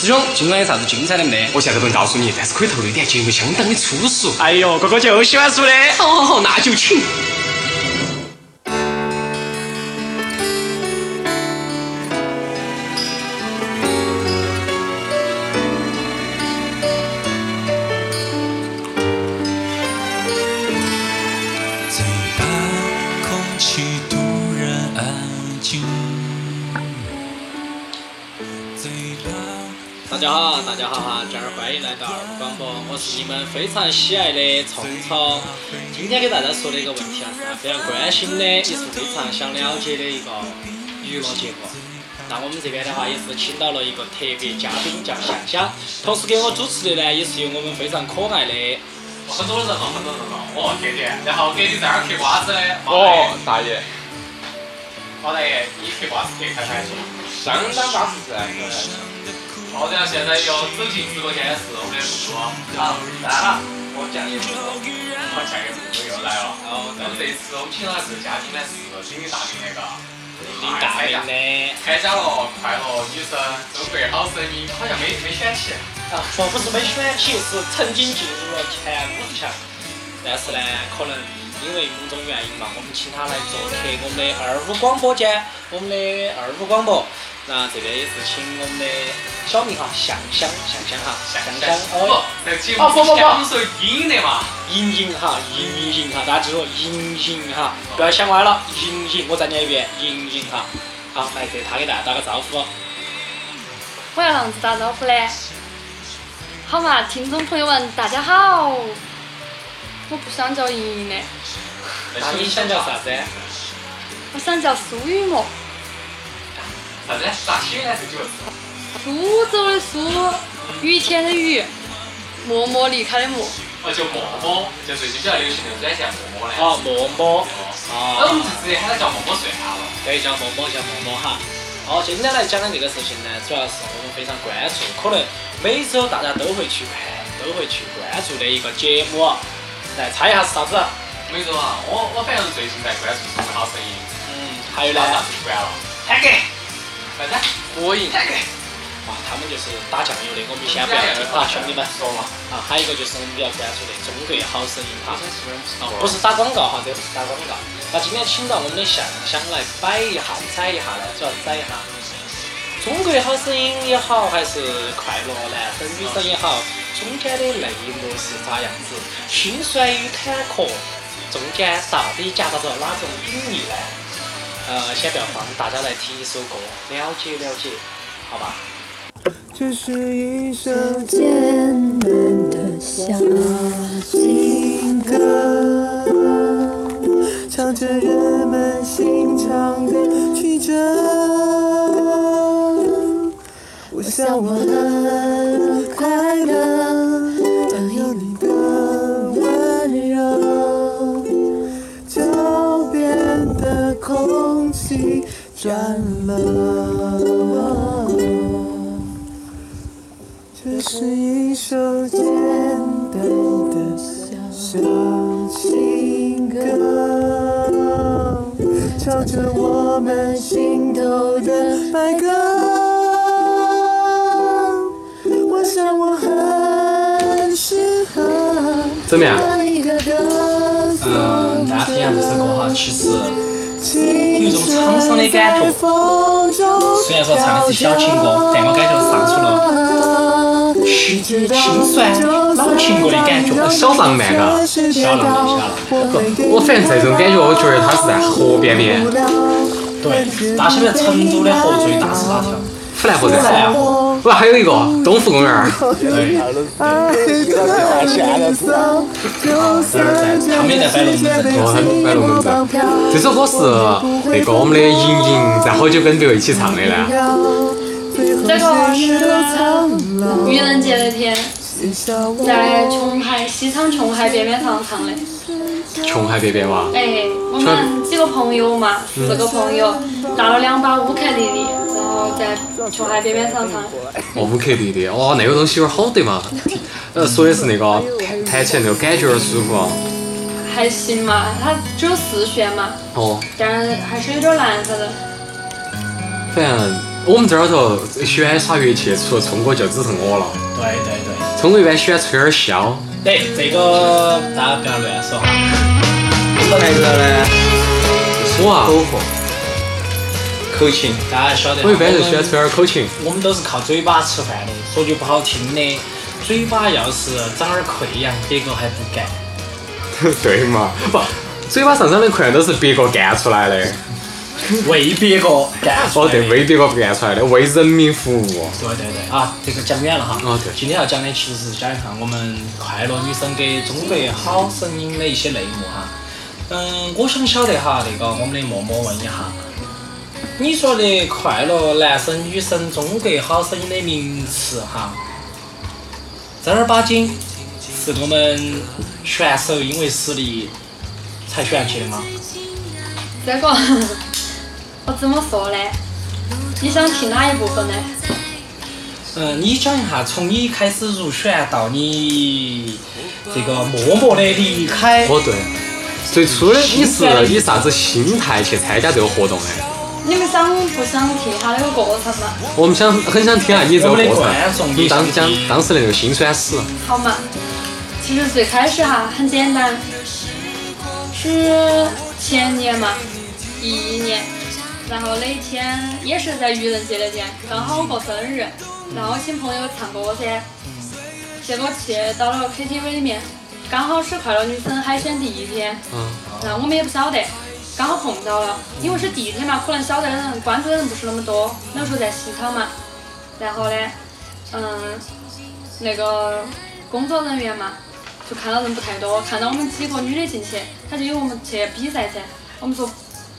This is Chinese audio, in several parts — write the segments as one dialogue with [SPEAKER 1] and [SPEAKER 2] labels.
[SPEAKER 1] 师兄，今晚有啥子精彩的没得？
[SPEAKER 2] 我现在不能告诉你，但是可以透露一点，节目相当的粗俗。
[SPEAKER 1] 哎呦，哥哥就喜欢说的。
[SPEAKER 2] 好好
[SPEAKER 1] 哦
[SPEAKER 2] 好，那就请。
[SPEAKER 3] 最怕空气突然安静。最怕
[SPEAKER 1] 大家好，大家好哈，这儿欢迎来到二广播，我是你们非常喜爱的聪聪。今天给大家说的一个问题啊，是大家非常关心的，也是非常想了解的一个娱乐节目。那我们这边的话也是请到了一个特别嘉宾叫香香，同时给我主持的呢也是由我们非常可爱的
[SPEAKER 4] 很多人了，很多人了。哦，天天，然后给你在那儿嗑瓜子的，
[SPEAKER 5] 哦，大爷，
[SPEAKER 4] 毛大爷，你嗑瓜子嗑开开心。
[SPEAKER 5] 相当巴适噻。
[SPEAKER 4] 好像现在又走进直播间是我们的露露，啊，来了，我讲一个，我讲一个又来了。然后那这次我们请到的这个嘉宾呢是鼎力大名那个，
[SPEAKER 1] 林大明的。
[SPEAKER 4] 参加了快乐女声中国好声音，好像没没选起。
[SPEAKER 1] 啊，说不是没选起，是曾经进入了前五强，但是呢，可能因为某种原因嘛，我们请他来做客我们的二五广播间，我们的二五广播。那这边也是请我们的小明哈，香香香香哈，香香
[SPEAKER 4] 哦
[SPEAKER 1] 哦，，
[SPEAKER 4] 这个节目之前我们说音的嘛，
[SPEAKER 1] 莹莹哈，莹莹哈，大家记住莹莹哈，不要想歪了，莹莹，我再念一遍，莹莹哈。好，来，这他给大家打个招呼。
[SPEAKER 6] 我要啷子打招呼呢？好嘛，听众朋友们，大家好。我不想叫莹莹的，
[SPEAKER 1] 那你想叫啥子？
[SPEAKER 6] 我想叫苏雨墨，
[SPEAKER 4] 啥子？咋写呢？这几个字？
[SPEAKER 6] 苏州的苏，雨天的雨，默默离开的默。
[SPEAKER 4] 哦，就默默，就最近比较流行的软件默默呢。
[SPEAKER 1] 哦，默默。
[SPEAKER 4] 那我
[SPEAKER 1] 哦
[SPEAKER 4] 们。就直接喊他叫默默算了。
[SPEAKER 1] 可以叫某某叫某某哈。好，今天来讲的这个事情呢，主要是我们非常关注，可能每周大家都会去看、都会去关注的一个节目。啊来猜一下是啥子？
[SPEAKER 4] 没说啊，我我反正最近在关注《中国好声音
[SPEAKER 1] 嗯，还》，有呢
[SPEAKER 4] 那？啥子关了？
[SPEAKER 1] 喊给
[SPEAKER 4] 啥子？
[SPEAKER 1] 火影。
[SPEAKER 4] 喊给
[SPEAKER 1] 哇，啊他们就是打酱油的，我们先不要听啊，兄弟们。
[SPEAKER 4] 说嘛，
[SPEAKER 1] 啊，还有一个就是我们比较关注的《中国好声音》哈。啊，不
[SPEAKER 4] 不
[SPEAKER 1] 是
[SPEAKER 4] 是
[SPEAKER 1] 打广告哈，这不是打广告。那今天请到我们的向香来摆一下、踩一下呢，主要是摆一下。中国好声音也好，还是快乐男声女声也好，中间的内幕是咋样子？兴衰与坎坷中间到底夹杂着哪种隐喻呢？呃，先不要放，大家来听一首歌，了解了解，好吧？
[SPEAKER 7] 这是一首
[SPEAKER 8] 简单的小情歌，
[SPEAKER 7] 唱着人们心肠的曲折。我想
[SPEAKER 8] 让我
[SPEAKER 7] 我
[SPEAKER 8] 很快乐，
[SPEAKER 7] 能有你的温柔，周边的空气转了。这是一首简单的小情歌，唱着我们心头的白鸽。我想我很适合。
[SPEAKER 2] 怎么样？
[SPEAKER 8] 一个歌
[SPEAKER 1] 嗯，大家听下这首歌哈，其实
[SPEAKER 7] 有
[SPEAKER 1] 种沧桑的感觉虽然说唱的是小情歌，但我感觉唱出了心心酸老情歌的感觉。
[SPEAKER 2] 小浪漫嘎，
[SPEAKER 7] 小
[SPEAKER 1] 浪漫小浪
[SPEAKER 7] 漫
[SPEAKER 2] 我反正这种感觉，我觉得他是在河边的，
[SPEAKER 1] 对，那现在成都的河最大是哪条？
[SPEAKER 2] 湖南河
[SPEAKER 1] 湖
[SPEAKER 2] 站。
[SPEAKER 1] 南河。
[SPEAKER 2] 哇，还有一个东湖公园，
[SPEAKER 1] 他们也在摆龙门阵。
[SPEAKER 2] 哦，他们摆龙门阵。这首歌是那个我们的莹莹在好久跟别个一起唱的呢。
[SPEAKER 6] 这个是愚人节那天在琼海西昌琼海边边上唱的。
[SPEAKER 2] 琼海边边哇，
[SPEAKER 6] 哎，我们几个朋友嘛，四个朋友，拿了两把乌克丽丽，然后在琼海边边上唱。
[SPEAKER 2] 哦，乌克丽丽，哇，那个东西有点好得嘛。呃，说的是那个弹弹起来那个感觉有点舒服啊。
[SPEAKER 6] 还行嘛，它只有四弦嘛，
[SPEAKER 2] 哦，
[SPEAKER 6] 但是还是有点难啥的。
[SPEAKER 2] 反正
[SPEAKER 4] 我们这儿头喜欢耍乐器，除了聪哥就只剩我了。
[SPEAKER 1] 对对对。
[SPEAKER 4] 聪哥一般喜欢吹点儿箫，
[SPEAKER 1] 对，这个大家不要乱说哈。啊
[SPEAKER 3] 还有呢，
[SPEAKER 4] 我啊，
[SPEAKER 3] 口货，口琴，
[SPEAKER 1] 大家晓得，啊
[SPEAKER 4] 我一般就喜欢吹点儿口琴。
[SPEAKER 1] 我们都是靠嘴巴吃饭的。说句不好听的，嘴巴要是长点儿溃疡，别个还不干。
[SPEAKER 4] 对嘛，不，嘴巴上长的溃疡都是别个干出来的，
[SPEAKER 1] 为别个干出
[SPEAKER 4] 哦
[SPEAKER 1] 来的
[SPEAKER 4] 对，为别个干出来的，为人民服务。
[SPEAKER 1] 对对对啊，这个讲远了哈。
[SPEAKER 4] 哦对
[SPEAKER 1] 今天要讲的其实是讲一下我们快乐女声给中国好声音的一些内幕哈。嗯，我想晓得哈，那个我们的默默问一下，你说的快乐男声女声中国好声音的名词哈，正儿八经是我们选手因为实力才选起的吗？
[SPEAKER 6] 这个 我怎么说呢？你想听哪一部分呢？
[SPEAKER 1] 嗯，你讲一下，从你开始入选到你这个默默的离开，
[SPEAKER 4] 哦对，最初的你是以啥子心态去参加这个活动的？
[SPEAKER 6] 你们想不想听他那个过程嘛？
[SPEAKER 4] 我们想很想听下你这个
[SPEAKER 1] 我
[SPEAKER 4] 过
[SPEAKER 1] 们的观众
[SPEAKER 4] 程，
[SPEAKER 1] 也
[SPEAKER 4] 你
[SPEAKER 1] 想
[SPEAKER 4] 当讲
[SPEAKER 1] 听
[SPEAKER 4] 当时的那个辛酸史。
[SPEAKER 6] 好嘛，其实最开始哈很简单，是前年嘛，一一年，然后那一天也是在愚人节那天，刚好我过生日，然后请朋友唱歌噻，结果去到了 KTV 里面，刚好是快乐女声海选第一天，
[SPEAKER 4] 嗯，
[SPEAKER 6] 然后我们也不晓得，刚好碰到了，因为是第一天嘛，可能晓得的人、关注的人不是那么多，那时候在西昌嘛，然后呢，嗯，那个工作人员嘛，就看到人不太多，看到我们几个女的进去，他就以为我们去比赛噻，我们说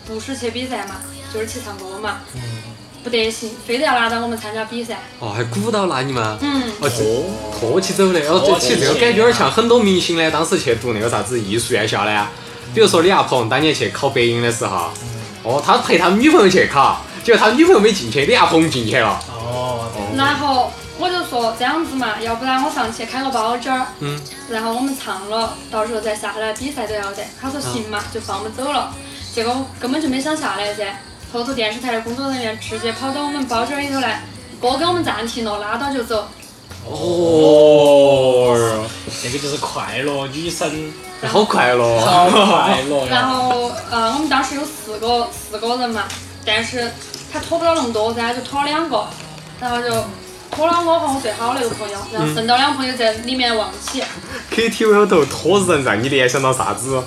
[SPEAKER 6] 不是去比赛嘛，就是去唱歌嘛，不得行，非得要拉到我们参加比赛，
[SPEAKER 4] 哦，还鼓捣那你们？
[SPEAKER 6] 嗯，
[SPEAKER 4] 哦，这拖起走的，哦，这其实这个感觉有点像很多明星呢，当时去读那个啥子艺术院校呢，比如说李亚鹏当年去考北影的时候，哦，他陪他女朋友去考，结果他女朋友没进去，李亚鹏进去了，
[SPEAKER 1] 哦，
[SPEAKER 6] 然后我就说这样子嘛，要不然我上去开个包间儿，
[SPEAKER 4] 嗯，
[SPEAKER 6] 然后我们唱了，到时候再下来比赛都要得。他说行嘛，就放我们走了。结果根本就没想下来噻，后头电视台的工作人员直接跑到我们包间里头来，歌给我们暂停了，拉倒就走。
[SPEAKER 4] 哦，
[SPEAKER 1] 这个就是快乐女生，
[SPEAKER 4] 好快乐，
[SPEAKER 1] 好快乐
[SPEAKER 6] 然
[SPEAKER 1] 呀！
[SPEAKER 6] 后呃，我们当时有四个四个人嘛，但是他拖不到那么多噻，就拖了两个，然后就拖了我和我最好的一个朋友，
[SPEAKER 4] 嗯
[SPEAKER 6] 然后剩到两个朋友在里面望起。
[SPEAKER 4] KTV 里头拖人，让你联想到啥子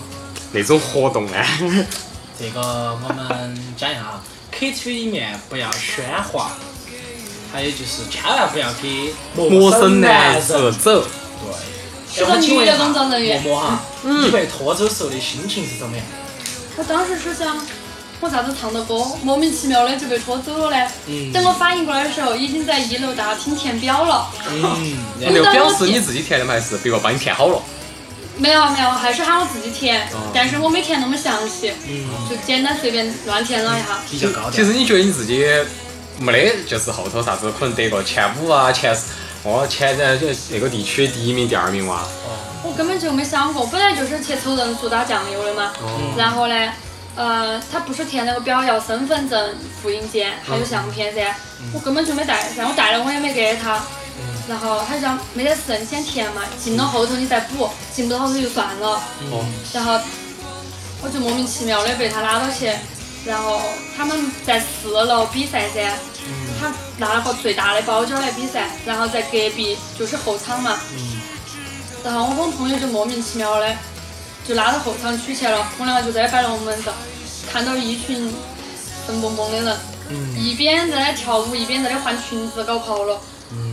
[SPEAKER 4] 那种活动哎呢？
[SPEAKER 1] 这个我们讲一下啊，KTV 里面不要喧哗，还有就是千万不要给
[SPEAKER 4] 陌生
[SPEAKER 1] 生
[SPEAKER 4] 男子
[SPEAKER 1] 子。
[SPEAKER 4] 呃走，
[SPEAKER 1] 对，
[SPEAKER 6] 这
[SPEAKER 1] 我
[SPEAKER 6] 个
[SPEAKER 1] 们请
[SPEAKER 6] 女
[SPEAKER 1] 问一
[SPEAKER 6] 的
[SPEAKER 1] 下
[SPEAKER 6] 工作人员
[SPEAKER 1] 默默哈，啊
[SPEAKER 4] 嗯
[SPEAKER 1] 你被拖走时候的心情是怎么样？
[SPEAKER 6] 我当时是想，我咋子唱的歌莫名其妙的就被拖走了嘞？
[SPEAKER 1] 嗯
[SPEAKER 6] 等我反应过来的时候，已经在一楼大厅填表了。
[SPEAKER 1] 嗯，
[SPEAKER 4] 哎那个表是你自己填的吗？还是别个帮你填好了？
[SPEAKER 6] 没有没有，还是喊我自己填，
[SPEAKER 4] 哦
[SPEAKER 6] 但是我没填那么详细，
[SPEAKER 4] 嗯
[SPEAKER 6] 就简单随便乱填了一下。
[SPEAKER 1] 比较高调
[SPEAKER 4] 其实你觉得你自己没得，就是后头啥子可能得个前五啊，前十哦前在就那个地区第一名、第二名哇。
[SPEAKER 6] 我根本就没想过，本来就是去凑人数打酱油的嘛。
[SPEAKER 4] 哦，
[SPEAKER 6] 然后呢，呃，他不是填那个表要身份证、复印件还有相片噻，我根本就没带噻，我带了我也没给他。然后他就讲没得事，你先填嘛，进了后头你再补，进不到后头就算了。
[SPEAKER 4] 哦
[SPEAKER 6] 然后我就莫名其妙的被他拉到去，然后他们在四楼比赛噻，他拿了个最大的包间来比赛，然后在隔壁就是后场嘛，然后我跟我朋友就莫名其妙的就拉到后场区去了，我两个就在那摆龙门阵，看到一群笨蹦蹦的人，一边在那跳舞，一边在那换裙子搞跑了，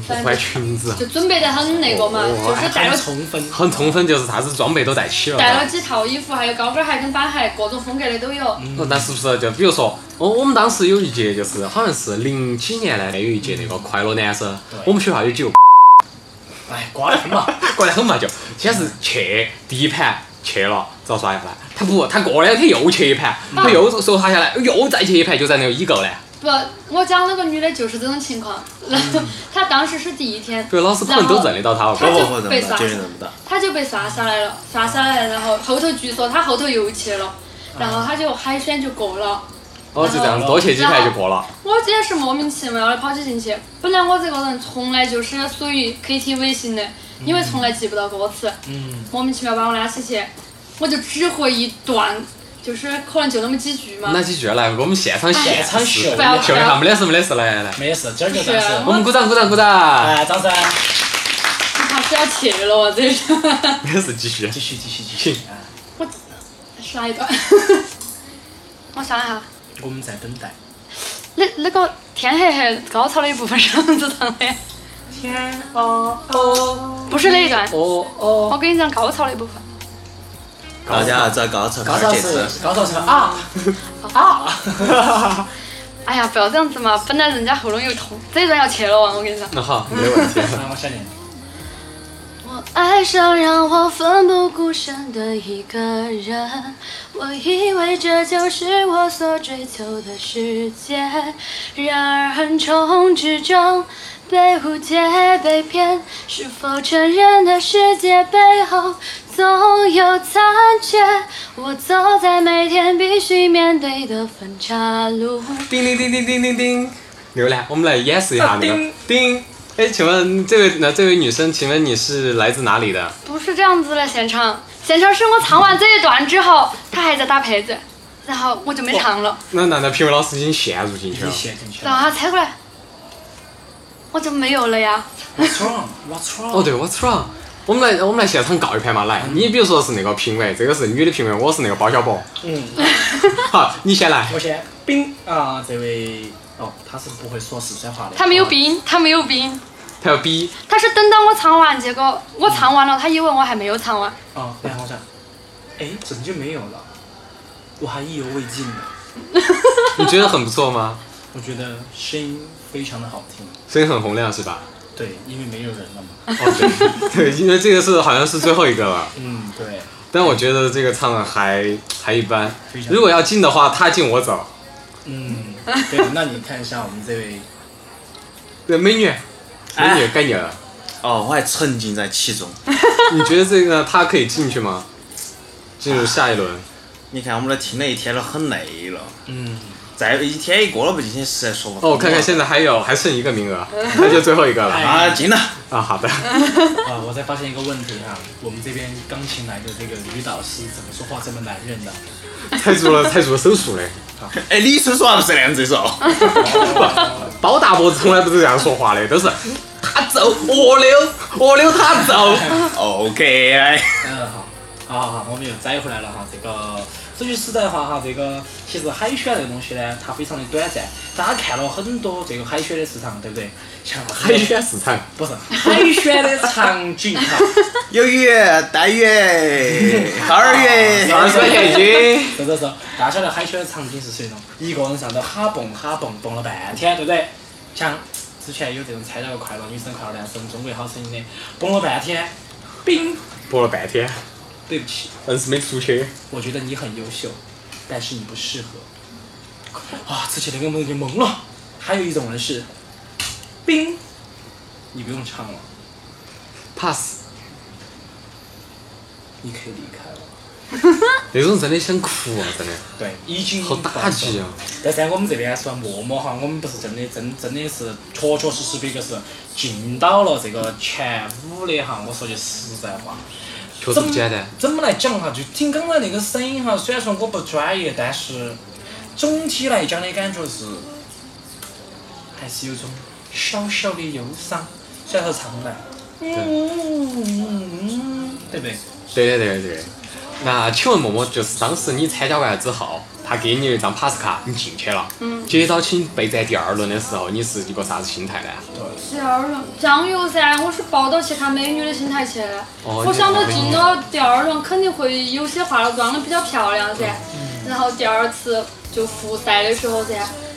[SPEAKER 6] 反正
[SPEAKER 4] 换裙子，
[SPEAKER 6] 就准备得很那个嘛，
[SPEAKER 4] 哦
[SPEAKER 6] 就是带了
[SPEAKER 1] 很充分。
[SPEAKER 4] 很充分，就是啥子装备都带齐了。
[SPEAKER 6] 带了几套衣服，还有高跟鞋跟板鞋，各种风格的都有。
[SPEAKER 4] 哦那是不是就比如说，我我们当时有一届就是好像是零几年来的有一届那个快乐男生，我们学校有几个
[SPEAKER 1] 哎，瓜分 嘛，
[SPEAKER 4] 怪得很嘛，就先是去第一盘去了，遭刷下来。他不，他过两天又去一盘，他又手刷下来，又再去一盘，就在那个已购呢。
[SPEAKER 6] 不，我讲那个女的就是这种情况。然后 她当时是第一天，
[SPEAKER 4] 比如老师可能都认得到他
[SPEAKER 3] 不
[SPEAKER 4] 了。
[SPEAKER 3] 不不，认
[SPEAKER 6] 被
[SPEAKER 3] 不到，
[SPEAKER 6] 刷
[SPEAKER 3] 绝对认不到。
[SPEAKER 6] 她就被刷下来了，刷下来，然后后头据说她后头又去了，然后她就海选就过了。
[SPEAKER 4] 哦，就这样
[SPEAKER 6] 然后
[SPEAKER 4] 多切几盘就过了。
[SPEAKER 6] 我今天是莫名其妙的跑起进去。本来我这个人从来就是属于 KTV 型的，因为从来记不到歌词，
[SPEAKER 9] 嗯，
[SPEAKER 6] 莫名其妙把我拉起去，我就只会一段，就是可能就那么几句嘛。
[SPEAKER 4] 哪几句来？我们现场
[SPEAKER 6] 哎
[SPEAKER 4] 现
[SPEAKER 1] 现场嗯秀
[SPEAKER 4] 秀一下，没得事没得事，来来来，
[SPEAKER 1] 没事，今儿就这样子。
[SPEAKER 4] 我们鼓掌鼓掌鼓掌，
[SPEAKER 1] 哎，掌声！
[SPEAKER 6] 你怕是要去了，这是
[SPEAKER 4] 没事继续
[SPEAKER 1] 继。续，继续，继续
[SPEAKER 4] 行。
[SPEAKER 1] 哎
[SPEAKER 6] 是哪一段？我想一下，
[SPEAKER 1] 我们在等待。
[SPEAKER 6] 那那个天黑黑高潮的一部分是啷子唱的？
[SPEAKER 1] 天哦哦
[SPEAKER 6] 不是那一段，
[SPEAKER 1] 哦哦，
[SPEAKER 6] 我跟你讲高潮的一部分。
[SPEAKER 3] 大家要找高潮
[SPEAKER 1] 高
[SPEAKER 3] 看
[SPEAKER 1] 潮
[SPEAKER 3] 儿去
[SPEAKER 1] 是
[SPEAKER 3] 吃。
[SPEAKER 1] 高潮是啊 啊！
[SPEAKER 6] 哎呀，不要这样子嘛，本来人家喉咙又痛，这一段要切了啊，我跟你讲。
[SPEAKER 4] 那好，没问题。
[SPEAKER 1] 那我想念。
[SPEAKER 10] 我爱上让我奋不顾身的一个人，我以为这就是我所追求的世界，然而横冲直撞，被误解、被骗。是否承认的世界背后总有残缺？我走在每天必须面对的分岔路。
[SPEAKER 4] 叮叮叮叮叮叮叮，牛奶，我们来演示一下那个啊叮。哎，请问这位那这位女生，请问你是来自哪里的？
[SPEAKER 6] 不是这样子的，现场，现场是我唱完这一段之后，他还在打拍子，然后我就没唱了，
[SPEAKER 4] 那男的评委老师已经陷入进去
[SPEAKER 1] 你
[SPEAKER 4] 了。
[SPEAKER 1] 陷进去
[SPEAKER 6] 然
[SPEAKER 1] 了。
[SPEAKER 6] 后他啊猜过来，我就没有了呀。
[SPEAKER 1] What's wrong？What's
[SPEAKER 4] 哦，
[SPEAKER 1] wrong？
[SPEAKER 4] 对，What's wrong？我们来我们来现场告一盘嘛，来，你比如说是那个评委，这个是女的评委，我是那个包小博。
[SPEAKER 1] 嗯，
[SPEAKER 4] 好，你先来。
[SPEAKER 1] 我先冰啊，这位哦，他是不会说四川话的。
[SPEAKER 6] 他没有病，他没有病，
[SPEAKER 4] 他要比
[SPEAKER 6] 他是等到我唱完，结果我唱完了，他以为我还没有唱完，
[SPEAKER 1] 哦，等一下我想，哎，怎么就没有了？我还意犹未尽呢。
[SPEAKER 4] 你觉得很不错吗？
[SPEAKER 1] 我觉得声音非常的好听。
[SPEAKER 4] 声音很洪亮是吧？
[SPEAKER 1] 对，因为没有人了嘛。
[SPEAKER 4] 哦， 对，对，因为这个是好像是最后一个了，
[SPEAKER 1] 嗯，对，
[SPEAKER 4] 但我觉得这个唱的还还一般
[SPEAKER 1] 非。常
[SPEAKER 4] 如果要进的话，他进我走。
[SPEAKER 1] 嗯，对，那你看一下我们这位，
[SPEAKER 4] 对，美女，美
[SPEAKER 1] 哎
[SPEAKER 4] 女该你了。
[SPEAKER 3] 哦，我还沉浸在其中。
[SPEAKER 4] 你觉得这个他可以进去吗？进入下一轮，
[SPEAKER 3] 你看，我们都听了一天了，很累了。
[SPEAKER 1] 嗯，
[SPEAKER 3] 再一天一过了不进去，实在说不通
[SPEAKER 4] 哦，我看看现在还有还剩一个名额，那就最后一个了
[SPEAKER 3] 啊，进了。
[SPEAKER 4] 啊！好的，
[SPEAKER 1] 啊，我才发现一个问题哈、我们这边钢琴来的这个女导师怎么说话这么难认的？
[SPEAKER 4] 猜出了猜出了手速嘞，
[SPEAKER 3] 哎，李叔说还不是那样子 说，
[SPEAKER 4] 包大伯从来不是这样说话的，都是他走我留我留他走。
[SPEAKER 3] 哦 OK，哎
[SPEAKER 1] 嗯，好，好好好，我们又摘回来了哈。这个说句实在话哈，这个其实海选这个东西呢，它非常的短暂。大家看了很多这个海选的市场，对不 对？像
[SPEAKER 4] 海选市场，
[SPEAKER 3] 哎
[SPEAKER 1] 不是海选的场景哈，
[SPEAKER 3] 有月、单月、二月，
[SPEAKER 4] 二十块钱一斤，
[SPEAKER 1] 或者说大家晓得海选的场景是谁呢？一个人上头哈蹦哈蹦蹦了半天，对不对？像之前有这种参加过快乐女生快乐男生中国好声音的，蹦了半天，冰，
[SPEAKER 4] 播了半天，
[SPEAKER 1] 对不起，
[SPEAKER 4] 但是没出去。
[SPEAKER 1] 我觉得你很优秀，但是你不适合。啊，之前那个梦已经懵了。还有一种人是，冰，你不用唱了，
[SPEAKER 4] pass。
[SPEAKER 1] 你可以离开了。
[SPEAKER 4] 那种真的想哭啊，真的
[SPEAKER 1] 对，已经
[SPEAKER 4] 好打击啊！
[SPEAKER 1] 但是呢我们这边说默默哈，我们不是真的真真的是确确实实别个是进到了这个前五的哈。我说句实在话，
[SPEAKER 4] 确实不简单。
[SPEAKER 1] 怎么来讲哈？就听刚才那个声音哈，虽然说我不专业，但是总体来讲的感觉是，还是有种小小的忧伤。虽然说唱不来，嗯，对不对？
[SPEAKER 4] 对的，对的，对的。那请问默默，就是当时你参加完之后，他给你一张 pass 卡，你进去了。嗯。接到请备战第二轮的时候，你是一个啥子心态呢？
[SPEAKER 6] 第二轮酱油噻，我是抱到去看美女的心态去的。
[SPEAKER 4] 哦
[SPEAKER 6] 我想我进了第二轮，肯定会有些化了妆的比较漂亮噻。然后第二次就复赛的时候噻，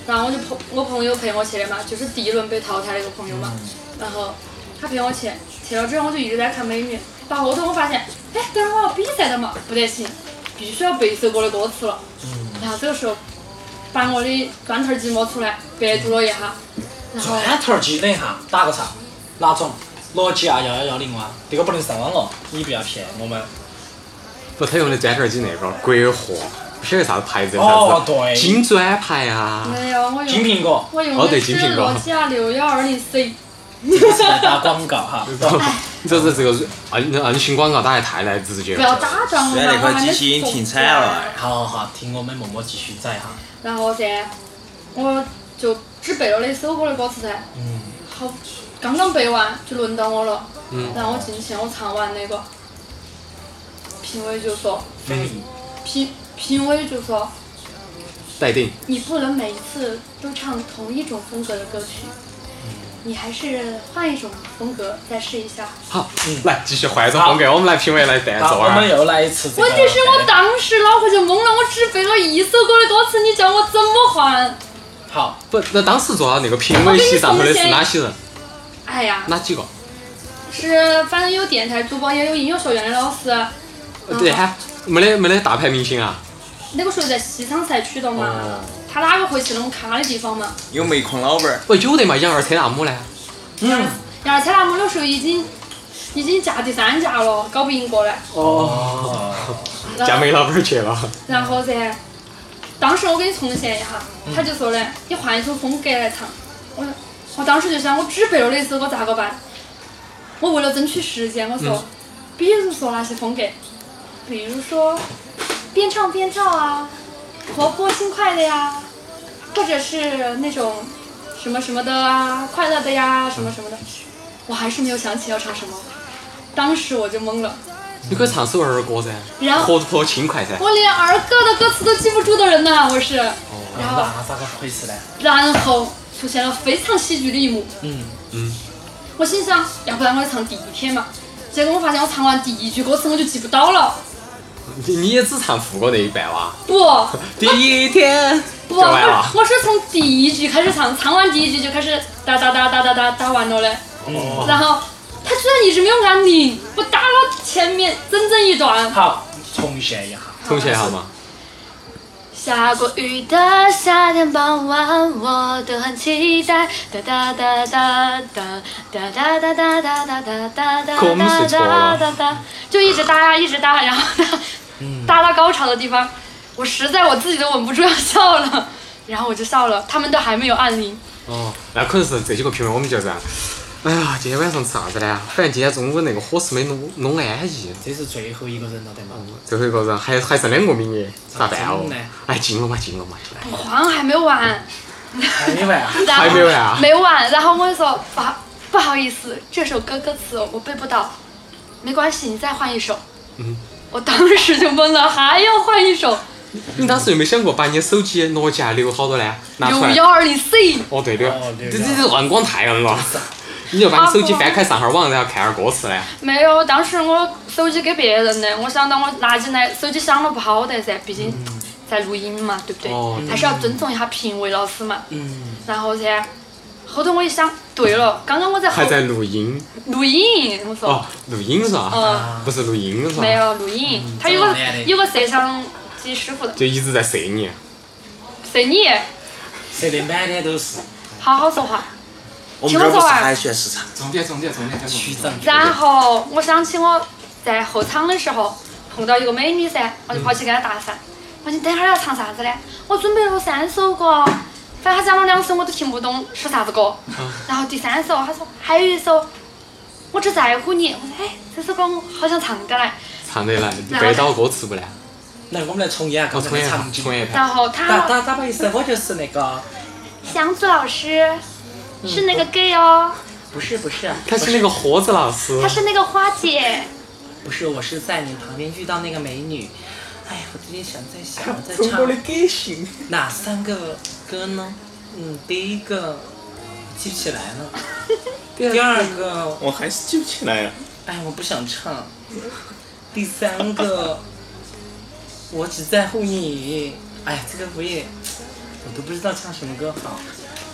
[SPEAKER 6] 然后我就朋我朋友陪我去的嘛，就是第一轮被淘汰的一个朋友嘛。然后他陪我去，去了之后我就一直在看美女，到后头我发现，哎，等会儿我要比赛的嘛，不得行，必须要背一首歌的歌词了。然后这个时候，把我的砖头寂寞出来，百度了一下，然后。
[SPEAKER 1] 砖头记等一下，打个岔，哪种？诺基亚幺幺幺零啊，这个不能上网了，你不要骗我们。
[SPEAKER 4] 不，他用的专门儿机那个国货，晓得啥子牌子有啥子
[SPEAKER 1] 哦，对，
[SPEAKER 4] 金砖牌啊，
[SPEAKER 6] 没有，我
[SPEAKER 1] 金
[SPEAKER 6] 用
[SPEAKER 1] 苹果，
[SPEAKER 6] 我用
[SPEAKER 4] 哦对
[SPEAKER 6] 的
[SPEAKER 4] 金
[SPEAKER 6] 是
[SPEAKER 4] 苹果
[SPEAKER 6] 诺基亚六幺二零 C，
[SPEAKER 1] 这是在打广告 哈。
[SPEAKER 4] 就是 这个摁摁新广告打得太来直接
[SPEAKER 6] 不要
[SPEAKER 4] 了。
[SPEAKER 6] 打断我
[SPEAKER 3] 虽然
[SPEAKER 6] 嘛，
[SPEAKER 3] 那
[SPEAKER 6] 我
[SPEAKER 3] 款
[SPEAKER 6] 还
[SPEAKER 3] 机
[SPEAKER 6] 没
[SPEAKER 3] 器已经
[SPEAKER 6] 说
[SPEAKER 3] 停产了
[SPEAKER 6] 完。
[SPEAKER 1] 好好好，听我们默默继续宰哈。
[SPEAKER 6] 然后噻，我就只背了那首歌的歌词噻，好，刚刚背完就轮到我了，
[SPEAKER 4] 嗯
[SPEAKER 6] 然后我进去我唱完那个，评委就说，
[SPEAKER 4] 嗯
[SPEAKER 6] 评评委就说，
[SPEAKER 4] 待定，
[SPEAKER 6] 你不能每一次都唱同一种风格的歌曲，
[SPEAKER 4] 嗯
[SPEAKER 6] 你还是换一种风格再试一下。
[SPEAKER 4] 好，来继续换一种风格，我们来评委来伴奏
[SPEAKER 1] 嗯好，我
[SPEAKER 4] 啊
[SPEAKER 1] 们。又来一次这个。
[SPEAKER 6] 问题是我当时脑壳就懵了，我只背了一首歌的歌词，你叫我怎么换？
[SPEAKER 1] 好，
[SPEAKER 4] 不，那当时坐到那个评委席上头的是哪些人？
[SPEAKER 6] 哎呀，
[SPEAKER 4] 哪几个？
[SPEAKER 6] 是反正有电台主播，也有音乐学院的老师。嗯
[SPEAKER 4] 呃对哈，没得没得大牌明星啊。
[SPEAKER 6] 那个时候在西昌赛区的
[SPEAKER 4] 哦
[SPEAKER 6] 嘛，他哪个会去那种咖的地方嘛？
[SPEAKER 3] 有煤矿老板儿，
[SPEAKER 4] 不，有得嘛？养儿车那姆呢？
[SPEAKER 6] 然后他那我那时候已经已经嫁第三架了，搞不赢过来。
[SPEAKER 4] 哦，
[SPEAKER 6] 然
[SPEAKER 4] 嫁
[SPEAKER 6] 后
[SPEAKER 4] 煤老板儿去了。
[SPEAKER 6] 然后噻，当时我给你重现一下，他就说的，你换一种风格来唱。我我当时就想，我只背了那首歌咋个办？我为了争取时间，我说，比如说哪些风格？比如说边唱边跳啊，活泼轻快的呀，或者是那种什么什么的啊，快乐的呀，什么什么的。我还是没有想起要唱什么，当时我就懵了。
[SPEAKER 4] 你可以唱首儿歌�噻，
[SPEAKER 6] 然
[SPEAKER 1] 啊
[SPEAKER 6] 后
[SPEAKER 4] 活泼轻快噻。
[SPEAKER 6] 我连儿歌的歌词都记不住的人呐、我是。
[SPEAKER 4] 哦
[SPEAKER 6] 然后
[SPEAKER 1] 那咋个回事呢？
[SPEAKER 6] 然后出现了非常喜剧的一幕。
[SPEAKER 1] 嗯
[SPEAKER 4] 嗯。
[SPEAKER 6] 我心想，要不然我就唱地铁嘛。结果我发现我唱完第一句歌词我就记不到了。
[SPEAKER 4] 你你也只唱副歌那一半哇。
[SPEAKER 6] 不
[SPEAKER 4] 第一天
[SPEAKER 6] 不，
[SPEAKER 4] 就完
[SPEAKER 6] 我
[SPEAKER 4] 了。
[SPEAKER 6] 我是从第一句开始唱，唱完第一句就开始哒哒哒哒哒哒打完了嘞。
[SPEAKER 4] 哦
[SPEAKER 6] 然后他居然一直没有按铃，我打了前面整整一段。
[SPEAKER 1] 好，重现一下。
[SPEAKER 4] 重现一下嘛。
[SPEAKER 8] 下过雨的夏天傍晚，我都很期待。哒哒哒哒哒哒哒哒哒哒哒哒哒哒
[SPEAKER 4] 公式
[SPEAKER 8] 哒
[SPEAKER 4] 错
[SPEAKER 8] 哒
[SPEAKER 4] 了
[SPEAKER 8] 哒哒，就一直搭呀，一直搭，然后搭搭到高潮的地方，我实在我自己都稳不住要笑了，然后我就笑了，他们都还没有按铃。
[SPEAKER 4] 哦，那可能是这几个评委，我们就这样。哎呀，今天晚上吃啥子呢？反正今天中午那个伙食没弄弄安逸，
[SPEAKER 1] 这是最后一个人了得嘛？
[SPEAKER 4] 最后一个人还还剩两个名额，咋办
[SPEAKER 1] 啊
[SPEAKER 4] 哦
[SPEAKER 1] 真的？
[SPEAKER 4] 哎，进了嘛，进了嘛，进了
[SPEAKER 6] 不慌，还没完。
[SPEAKER 1] 还没完啊？
[SPEAKER 6] 然后
[SPEAKER 4] 还没完啊
[SPEAKER 6] 没完。然后我就说不好不好意思，这首歌歌词我背不到，没关系，你再换一首。
[SPEAKER 4] 嗯，
[SPEAKER 6] 我当时就懵了，还要换一首
[SPEAKER 4] 你当时有没有想过把你的手机诺基亚留好多呢？拿出
[SPEAKER 6] 六
[SPEAKER 4] 来。
[SPEAKER 6] 幺二零 C。
[SPEAKER 4] 哦，对的
[SPEAKER 1] 哦，
[SPEAKER 4] 这
[SPEAKER 1] 对
[SPEAKER 4] 这
[SPEAKER 1] 的
[SPEAKER 4] 这暗光太暗 了。你就把你手
[SPEAKER 1] 啊
[SPEAKER 4] 机翻开上哈儿网，然后看下歌词呢。
[SPEAKER 6] 没有，当时我手机给别人的，我想到我拿进来，手机响了不好得噻，毕竟在录音嘛，对不对？
[SPEAKER 4] 嗯哦
[SPEAKER 6] 还是要尊重一下评委老师嘛。
[SPEAKER 1] 嗯。
[SPEAKER 6] 然后噻，后头我一想，对了，刚刚我在后
[SPEAKER 4] 还在录音
[SPEAKER 6] 录音，我说，
[SPEAKER 4] 哦，录音是吧？
[SPEAKER 6] 嗯，
[SPEAKER 4] 不是录音是吧？
[SPEAKER 6] 没有录音，
[SPEAKER 4] 嗯
[SPEAKER 6] 他有
[SPEAKER 1] 怎
[SPEAKER 6] 个
[SPEAKER 1] 么练的
[SPEAKER 6] 有个摄像机师傅的，
[SPEAKER 4] 就一直在射你。
[SPEAKER 6] 谁你
[SPEAKER 1] 塞得满脸都是。
[SPEAKER 6] 好好说话。啊
[SPEAKER 3] 我们这儿不是海选市场，
[SPEAKER 4] 重点，重点，重点，重点。
[SPEAKER 6] 然后我想起我在后场的时候碰到一个美女噻，我就跑去跟她搭讪。我说你等会儿要唱啥子呢？我准备了三首歌，反正她讲了两首我都听不懂是啥子歌。
[SPEAKER 3] 嗯
[SPEAKER 6] 然后第三首她说还有一首《我只在乎你》，我说哎这首歌我好想唱得来。
[SPEAKER 3] 嗯
[SPEAKER 4] 唱得来，背到歌词不哦呢？
[SPEAKER 1] 来，我们来重演啊
[SPEAKER 4] 我
[SPEAKER 1] 刚才
[SPEAKER 4] 重演
[SPEAKER 1] 的
[SPEAKER 4] 一下
[SPEAKER 1] 场，景
[SPEAKER 4] 重。演一下。
[SPEAKER 6] 然后
[SPEAKER 1] 打
[SPEAKER 6] 她
[SPEAKER 1] 打打不好意思，我就是那个，
[SPEAKER 6] 祥子老师是那个
[SPEAKER 3] 嗯
[SPEAKER 6] gay 哦，
[SPEAKER 1] 不是不是，啊
[SPEAKER 4] 他是那个盒子老师啊
[SPEAKER 6] 她，是那个花姐。
[SPEAKER 1] 不是，我是在你旁边遇到那个美女。哎呀，我最近想在想 我在唱
[SPEAKER 3] 给行。
[SPEAKER 1] 哪三个歌呢？嗯，第一个记不起来了， 第二个
[SPEAKER 3] 我还是记不起来了。啊
[SPEAKER 1] 哎，我不想唱。第三个，我只在乎你。哎，这个我也，我都不知道唱什么歌好。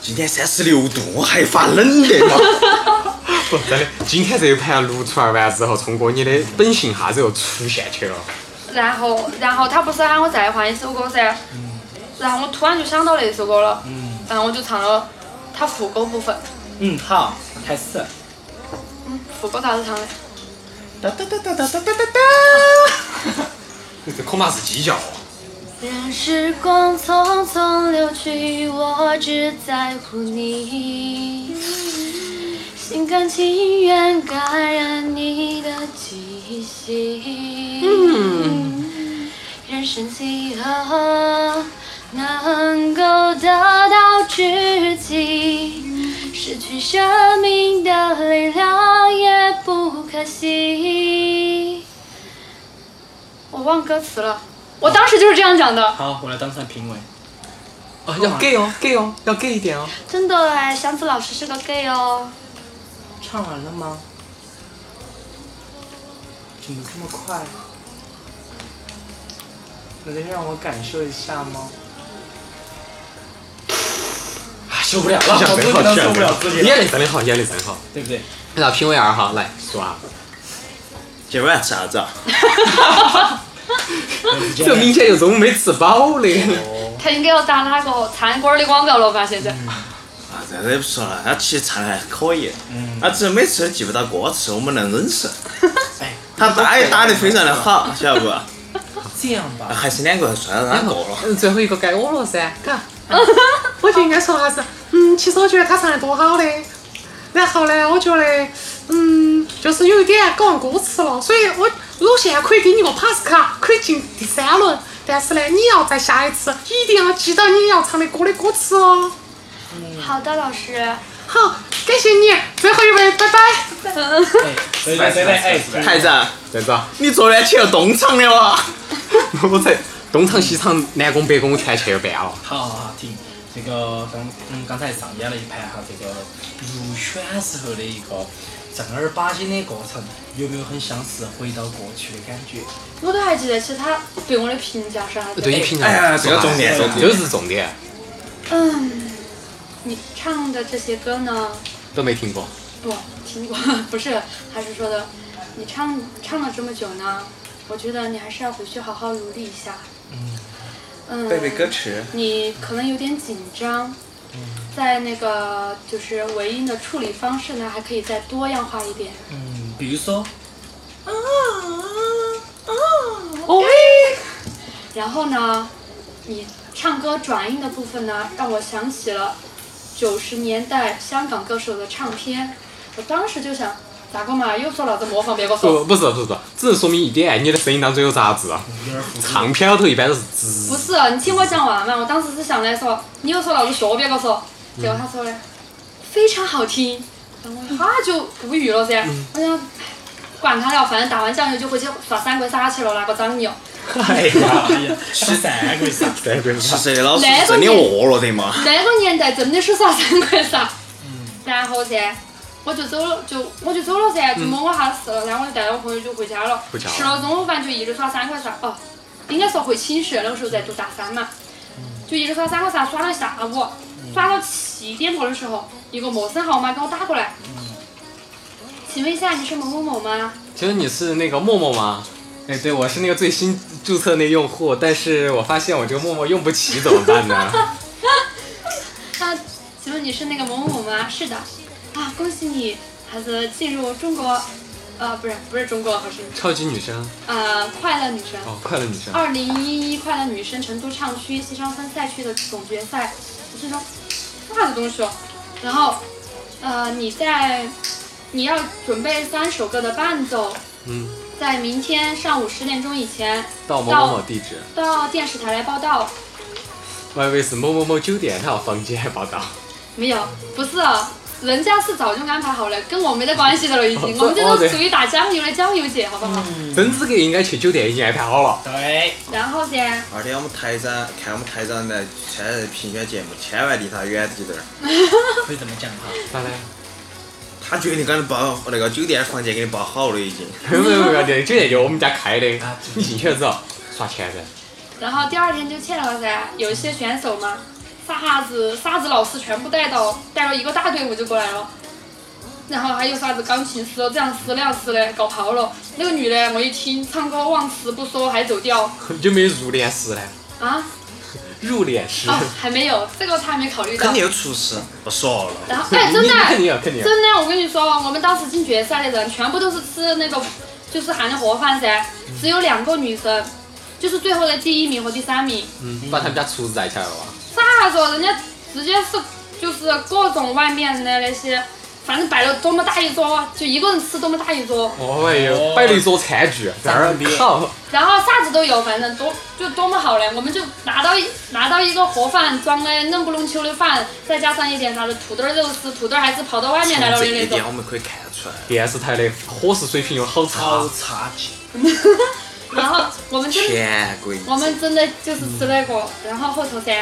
[SPEAKER 3] 今天三十六度，我还发冷的嘛。
[SPEAKER 4] 不真的。今天这一盘录出来完之后，聪哥你的本性一下子又出现去了。
[SPEAKER 6] 然后，然后他不是喊我再换一首歌噻，然后我突然就想到那首歌了，然后我就唱了他副歌部分，
[SPEAKER 1] 嗯，好，开始。
[SPEAKER 6] 嗯，副歌咋子唱的？
[SPEAKER 3] 哒哒哒哒哒哒哒哒哒。
[SPEAKER 4] 这恐怕是鸡叫。
[SPEAKER 8] 任时光匆匆流去，我只在乎你。心甘情愿感染你的气息。嗯人生几何能够得到知己？失去生命的力量也不可惜。我忘歌词了，我当时就是这样讲的。
[SPEAKER 1] 好，我来当上评委。
[SPEAKER 4] 啊，要 gay 哦，gay 哦，要 gay 一点哦。
[SPEAKER 8] 真的哎，祥子老师是个 gay 哦。
[SPEAKER 1] 唱完了吗？怎么这么快？能让我感受一下吗？啊，受不了了，
[SPEAKER 4] 想
[SPEAKER 1] 我
[SPEAKER 4] 真
[SPEAKER 1] 不
[SPEAKER 4] 好，
[SPEAKER 1] 能
[SPEAKER 4] 想
[SPEAKER 1] 受不
[SPEAKER 4] 真
[SPEAKER 1] 了
[SPEAKER 4] 好
[SPEAKER 1] 自己
[SPEAKER 4] 眼力
[SPEAKER 1] 了，
[SPEAKER 4] 真好，眼力真好。
[SPEAKER 1] 对不对？
[SPEAKER 4] 那评委二号来说啊，
[SPEAKER 3] 今晚吃啥子啊？
[SPEAKER 4] 这明显就是我们没吃饱的。
[SPEAKER 6] 他应该要打那个餐馆儿的广告了吧？现在，
[SPEAKER 3] 啊，这个也不说了，他其实唱的还可以，他只是每次都记不到歌词，我们能忍 受。他打也打得非常的好，晓哎得不？啊
[SPEAKER 1] 这样吧，
[SPEAKER 3] 还是两个人算了，他过了。
[SPEAKER 4] 嗯，最后一个该我了噻，嘎。我就应该说啥子？嗯，其实我觉得他唱的多好的。然后呢，我觉得，嗯，就是有一点搞忘歌词了，所以我我现在可以给你个 pass 卡，可以进第三轮。但是呢，你要在下一次一定要记到你要唱的歌的歌词哦。
[SPEAKER 8] 好的，老师。
[SPEAKER 4] 好，感谢你，最后一位，拜拜。
[SPEAKER 1] 等等等等，哎，
[SPEAKER 3] 太子，
[SPEAKER 4] 在这，
[SPEAKER 3] 你昨天去了啊东厂的哇？
[SPEAKER 4] 我在东厂西厂南宫北宫我全去了遍了。
[SPEAKER 1] 好好好，听这个刚嗯刚才上演了一盘哈，这个入选时候的一个正儿八经的过程，有没有很相似回到过去的感觉？
[SPEAKER 6] 我都还记得起他对我的评价是啥子。
[SPEAKER 4] 对你评价，
[SPEAKER 3] 哎呀这个重点
[SPEAKER 4] 说吧
[SPEAKER 3] 重
[SPEAKER 4] 这
[SPEAKER 3] 点
[SPEAKER 4] 是重点，
[SPEAKER 6] 嗯，你唱的这些歌呢？
[SPEAKER 4] 都没听过。
[SPEAKER 6] 不听过，不是，还是说的，你唱唱了这么久呢，我觉得你还是要回去好好努力一下。嗯。
[SPEAKER 3] 背背歌词，
[SPEAKER 6] 你可能有点紧张，
[SPEAKER 8] 嗯
[SPEAKER 6] 在那个就是尾音的处理方式呢，还可以再多样化一点。
[SPEAKER 1] 嗯，比如说，
[SPEAKER 6] 哦然后呢，你唱歌转音的部分呢，让我想起了九十年代香港歌手的唱片。我当时就想，咋个嘛，又说老子模仿别个说
[SPEAKER 4] 不，，不是不是不是，只是说明一点，你的声音当中有杂质。啊唱片里头一般都是滋，
[SPEAKER 6] 不是，啊你听我讲完嘛。我当时是想来说，你又说老子学别个说，结果他说的非常好听，然后我一下就无语了噻。我想，哎管他了，反正打完酱油就回去耍三国杀去了，拿个张牛。
[SPEAKER 3] 哎呀，
[SPEAKER 1] 哎呀，十三个啥？
[SPEAKER 4] 对不
[SPEAKER 3] 其实老师是真的饿了的嘛。
[SPEAKER 6] 那个年代真的是耍三国杀。
[SPEAKER 4] 嗯
[SPEAKER 6] 然后噻，我就走了，就我就走了噻，就没我啥事了。然后我就带着我朋友就回家了，
[SPEAKER 4] 回家了
[SPEAKER 6] 吃了中午饭就一直耍三国杀。哦，应该说回寝室，那个时候在读大三嘛，就一直耍三国杀，耍了一下午，
[SPEAKER 4] 嗯
[SPEAKER 6] 耍到七点多的时候，一个陌生号码给我打过来，
[SPEAKER 4] 嗯
[SPEAKER 6] 请问一下你是某某某吗？
[SPEAKER 4] 其实你是那个陌陌吗？哎，对，我是那个最新注册那用户，但是我发现我这个陌陌用不起，怎么办 呢？
[SPEAKER 6] 那啊请问你是那个某某某吗？是的。啊，恭喜你，孩子进入中国，呃，不是不是中国，好像是
[SPEAKER 4] 超级女生，
[SPEAKER 6] 呃，快乐女神，
[SPEAKER 4] 哦，快乐女生，
[SPEAKER 6] 二零一一快乐女生成都唱区西双分赛区的总决赛，我心说那个东西哦。然后，呃，你在你要准备三首歌的伴奏，
[SPEAKER 4] 嗯，
[SPEAKER 6] 在明天上午十点钟以前
[SPEAKER 4] 到某某某地址，
[SPEAKER 6] 到电视台来报道。
[SPEAKER 4] 我以为是某某某酒店，他有房间报道。
[SPEAKER 6] 没有，不是啊，人家是早就安排好了，跟我没得关系的了已经。
[SPEAKER 4] 哦
[SPEAKER 6] 我们这
[SPEAKER 4] 哦
[SPEAKER 6] 都
[SPEAKER 4] 对嗯
[SPEAKER 6] 属于打酱油的酱油姐，好不好？
[SPEAKER 4] 真资格应该去酒店已经安排好了。
[SPEAKER 1] 对，
[SPEAKER 6] 然后噻，
[SPEAKER 3] 二天我们台长看我们台长来参加评选节目，千万离他远一点儿。
[SPEAKER 1] 可以这么讲哈。
[SPEAKER 4] 咋嘞？
[SPEAKER 3] 他决定给你包那个酒店房间给你包好了已经。
[SPEAKER 4] 没有没有没有，酒店就是我们家开的，你进去了之后刷钱噻。
[SPEAKER 6] 然后第二天就去了噻，有一些选手嘛，啥哈子啥子老师全部带到，带了一个大队伍就过来了。然后还有啥子钢琴师哦，这样师那样师的，搞跑了。那个女的，我一听唱歌忘词不说，还走调
[SPEAKER 4] 有没有入殓师呢？
[SPEAKER 6] 啊
[SPEAKER 4] 入殓师，
[SPEAKER 6] 啊，还没有，这个他还没考虑到
[SPEAKER 3] 肯。定有厨师，不说了。
[SPEAKER 6] 然后哎，真
[SPEAKER 4] 肯
[SPEAKER 6] 的
[SPEAKER 4] 定，有肯定有。
[SPEAKER 6] 真的，我跟你说，我们当时进决赛的人全部都是吃那个，就是韩的盒饭噻，只有两个女生，就是最后的第一名和第三名。
[SPEAKER 4] 嗯，把他们家厨子带起来了吧？
[SPEAKER 6] 啥时候人家直接是就是各种外面的那些，反正摆了多么大一桌，就一个人吃多么大一桌，
[SPEAKER 4] 哦哎呦，摆了一桌餐具，在那儿靠，
[SPEAKER 6] 然后啥子都有，反正多就多么好嘞！我们就拿到一拿到一个盒饭装的嫩不隆秋的饭，再加上一点啥子土豆肉丝，土豆还是跑到外面来了
[SPEAKER 3] 从
[SPEAKER 6] 的
[SPEAKER 3] 这
[SPEAKER 6] 那
[SPEAKER 3] 一
[SPEAKER 6] 种
[SPEAKER 3] 点我。们可以看出来，
[SPEAKER 4] 电视台的伙食水平有好差，
[SPEAKER 1] 好差劲。
[SPEAKER 6] 然后我们真
[SPEAKER 3] 全国一致
[SPEAKER 6] 我们真的就是吃那个，然后后头噻，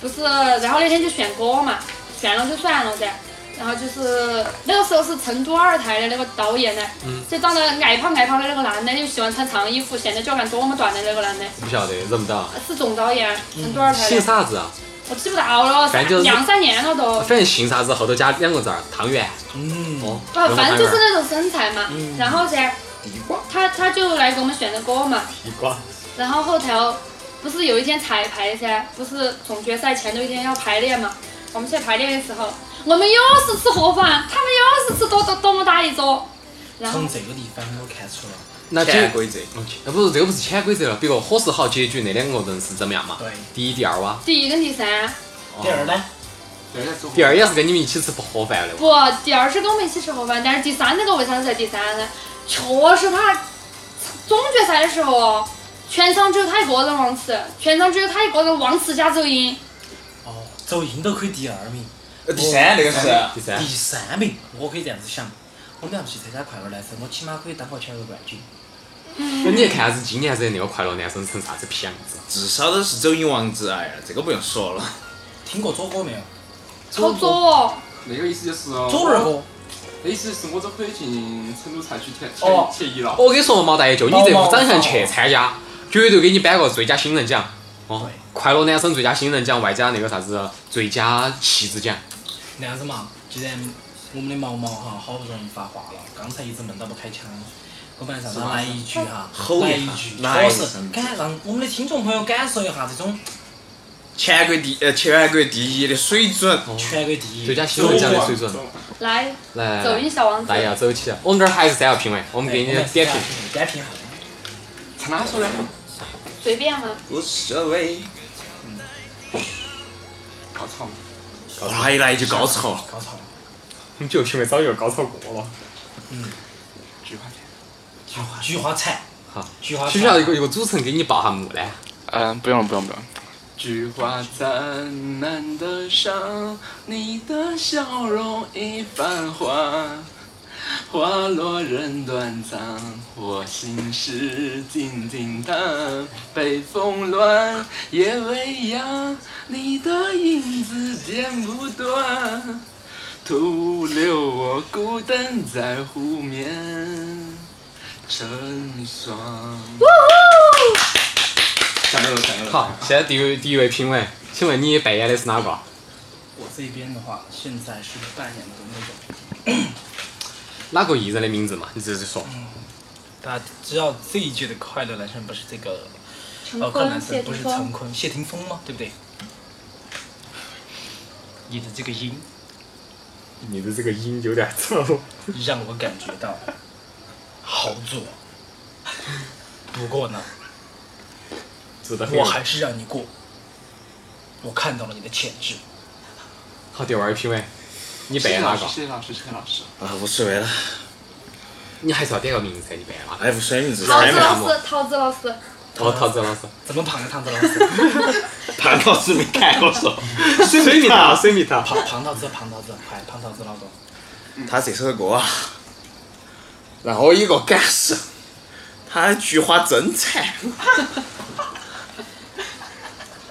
[SPEAKER 6] 不是，然后那天就选歌嘛，选了就算了噻。然后就是那个时候是成都二台的那个导演呢，
[SPEAKER 4] 嗯
[SPEAKER 6] 就长得矮胖矮胖的那个男的，又喜欢穿长衣服，显得脚杆多么短的那个男的，啊
[SPEAKER 4] 不晓得认不到，
[SPEAKER 6] 是总导演，
[SPEAKER 4] 嗯
[SPEAKER 6] 成都二台
[SPEAKER 4] 姓
[SPEAKER 6] 的，
[SPEAKER 4] 啥子啊？
[SPEAKER 6] 我记不到了，
[SPEAKER 4] 反正就是
[SPEAKER 6] 两三年了都。
[SPEAKER 4] 反正姓啥子后啊头加两个字儿，汤圆。
[SPEAKER 1] 嗯，
[SPEAKER 4] 哦，
[SPEAKER 6] 啊，反正就
[SPEAKER 4] 弄
[SPEAKER 6] 是
[SPEAKER 4] 个嗯
[SPEAKER 6] 那种身材嘛。然后噻，他他就来给我们选的歌嘛。
[SPEAKER 4] 地瓜。
[SPEAKER 6] 然后后头不是有一天彩排噻，不是总决赛前头一天要排练嘛？我们去排练的时候，我们又是吃盒饭，他们又是吃多多多么大一桌，然后
[SPEAKER 4] 嗯
[SPEAKER 1] 从这个地方我看出来，
[SPEAKER 4] 那这
[SPEAKER 3] 全国一致。
[SPEAKER 4] 那不是这个不是潜规则了？比如伙食好，结局那两个人是怎么样嘛？
[SPEAKER 1] 对
[SPEAKER 4] 第一、第二哇。
[SPEAKER 6] 第一跟第三
[SPEAKER 4] 哦
[SPEAKER 1] 第二呢？
[SPEAKER 4] 第二也是跟你们一起吃盒饭的哇。
[SPEAKER 6] 不，第二是跟我们一起吃盒饭，但是第三那个为啥是在第三呢？确实他总决赛的时候哦，全场只有他一个人忘吃，全场只有他一个人忘吃加走音。
[SPEAKER 1] 哦，走音都可以第二名，
[SPEAKER 3] 呃，第三那个是，
[SPEAKER 4] 第三
[SPEAKER 1] 第，三名，我可以这样子想，我们要去参加快乐男声，我起码可以当个全国冠军。
[SPEAKER 4] 那
[SPEAKER 1] 嗯
[SPEAKER 4] 你看下子今年子那个快乐男生成啥子屁样子？
[SPEAKER 3] 至少都是走音王者，哎呀，这个不用说了。
[SPEAKER 1] 听过左哥没有？
[SPEAKER 6] 好左哦，
[SPEAKER 2] 那个意思就是，
[SPEAKER 4] 哦
[SPEAKER 1] 左二哥，
[SPEAKER 2] 那意思就是我都可以进成都赛区前
[SPEAKER 1] 哦
[SPEAKER 2] 前前一了。
[SPEAKER 4] 我跟你说，毛大爷，就你这副长相去参加，绝对给你颁个最佳新人奖。哦
[SPEAKER 1] 对，
[SPEAKER 4] 快乐男生最佳新人奖，外加那个啥子最佳气质奖。
[SPEAKER 1] 那样子嘛，既然我们的毛毛哈好不容易发话了，刚才一直闷到不开腔，我本来想让他来一句哈，
[SPEAKER 3] 吼
[SPEAKER 1] 来
[SPEAKER 3] 一
[SPEAKER 1] 一
[SPEAKER 3] 下
[SPEAKER 1] 句，
[SPEAKER 3] 来
[SPEAKER 1] 确
[SPEAKER 3] 一
[SPEAKER 1] 实
[SPEAKER 3] 声
[SPEAKER 1] 感让我们的听众朋友感受一下这种
[SPEAKER 3] 全国第呃全国第一的水准，
[SPEAKER 1] 全国第一。
[SPEAKER 4] 最佳新人奖的水准，
[SPEAKER 6] 来
[SPEAKER 4] 来，
[SPEAKER 6] 走音小王子
[SPEAKER 4] 大。爷要啊走起了。我们这儿还是三个评委，我们
[SPEAKER 1] 哎
[SPEAKER 4] 给你
[SPEAKER 1] 我们
[SPEAKER 4] 点评。
[SPEAKER 1] 点评一下。
[SPEAKER 2] 他哪说的？
[SPEAKER 6] 随便嘛，
[SPEAKER 3] 无所谓。
[SPEAKER 2] 我操！
[SPEAKER 3] 哇，哦一来就高潮。
[SPEAKER 1] 高潮，
[SPEAKER 4] 我们几个评委早就高潮过了。
[SPEAKER 2] 菊花台。
[SPEAKER 1] 菊花残，
[SPEAKER 4] 好，
[SPEAKER 1] 菊花残。
[SPEAKER 4] 需不需要一个一个主持人给你报下幕呢？
[SPEAKER 2] 嗯，不用了，不用，不用。菊花灿烂的伤，你的笑容已泛黄，花落人断肠，我心事静静躺，北风乱，夜未央，你的影子剪不断，徒留我孤单在湖面成双。上个楼，上个楼。
[SPEAKER 4] 好，现在第一第一位评委，请问你扮演的是哪个？
[SPEAKER 1] 我这边的话，现在是扮演的那种，
[SPEAKER 4] 哪个艺人的名字嘛？你直接说。
[SPEAKER 1] 大家知道这一届的快乐男生不是这个，
[SPEAKER 6] 陈
[SPEAKER 1] 呃，快乐
[SPEAKER 6] 坤、
[SPEAKER 1] 男
[SPEAKER 6] 谢
[SPEAKER 1] 生不
[SPEAKER 6] 霆
[SPEAKER 1] 是
[SPEAKER 6] 锋
[SPEAKER 1] 陈、坤、谢霆锋吗？对不对？你的这个音
[SPEAKER 4] 你的这个音有点臭。
[SPEAKER 1] 让我感觉 到好做，不过呢，
[SPEAKER 4] 值
[SPEAKER 6] 嗯
[SPEAKER 4] 得
[SPEAKER 1] 我还是让你过。我看到了你的潜质，
[SPEAKER 4] 好，第二位评委，你扮
[SPEAKER 2] 谢谢
[SPEAKER 4] 演
[SPEAKER 2] 老
[SPEAKER 4] 哪
[SPEAKER 2] 师，
[SPEAKER 4] 个？
[SPEAKER 2] 谢谢老师，谢谢老师。
[SPEAKER 3] 啊，无所谓了，
[SPEAKER 4] 你还是要点个名字噻，你啊扮演哪个？
[SPEAKER 3] 哎，无所谓名字，
[SPEAKER 6] 桃
[SPEAKER 3] 猜
[SPEAKER 6] 子
[SPEAKER 3] 嘛，
[SPEAKER 6] 老师、桃子 老师，
[SPEAKER 4] 桃桃子老师，
[SPEAKER 1] 怎么胖的胖子老 师？
[SPEAKER 3] 潘 老师没看我说，
[SPEAKER 4] 水蜜桃，水蜜桃。
[SPEAKER 1] 胖胖桃子，胖桃子，快胖桃子老总，
[SPEAKER 3] 他这首歌啊，让我有个感受，他的菊花真惨。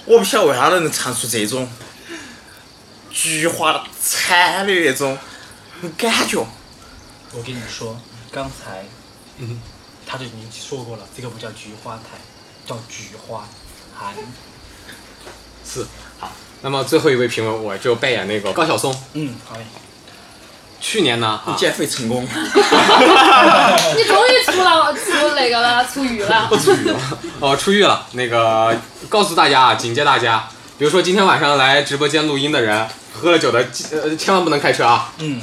[SPEAKER 3] 我不晓得为啥能唱出这种菊花惨的那种感觉。
[SPEAKER 1] 我跟你说，刚才，
[SPEAKER 6] 嗯
[SPEAKER 1] 他就已经说过了，这个不叫菊花台，叫菊花寒。
[SPEAKER 4] 是，好。那么最后一位评委，我就扮演那个高晓松。
[SPEAKER 1] 嗯，好嘞。
[SPEAKER 4] 去年呢，哈，
[SPEAKER 3] 减肥成功了，
[SPEAKER 6] 你终于出了出那个了，出狱 了。
[SPEAKER 4] 出狱了， 哦，出狱了。那个告诉大家啊，警戒大家，比如说今天晚上来直播间录音的人，喝了酒的，呃，千万不能开车啊，
[SPEAKER 1] 嗯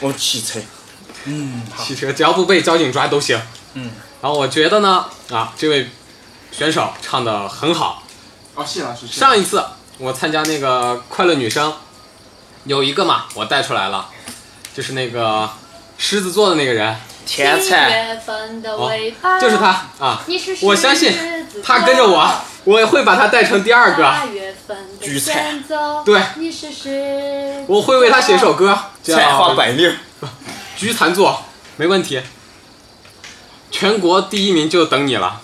[SPEAKER 3] 我骑车。
[SPEAKER 1] 嗯，好。
[SPEAKER 4] 汽车只要不被交警抓都行。
[SPEAKER 1] 嗯，
[SPEAKER 4] 然后我觉得呢，啊，这位选手唱的很好，
[SPEAKER 2] 哦，谢老师，谢
[SPEAKER 4] 上一次我参加那个快乐女声，有一个嘛，我带出来了，就是那个狮子座的那个人，
[SPEAKER 3] 天才，
[SPEAKER 8] 月份的
[SPEAKER 4] 哦
[SPEAKER 8] 尾巴，
[SPEAKER 4] 就是他啊！
[SPEAKER 8] 你是狮子座，
[SPEAKER 4] 我相信他跟着我，我会把他带成第二个，
[SPEAKER 8] 八月份的
[SPEAKER 3] 举菜
[SPEAKER 8] 前奏，
[SPEAKER 4] 对
[SPEAKER 8] 你是狮，
[SPEAKER 4] 我会为他写首歌，叫
[SPEAKER 3] 采花百柳，
[SPEAKER 4] 《菊残作》，没问题。全国第一名就等你了，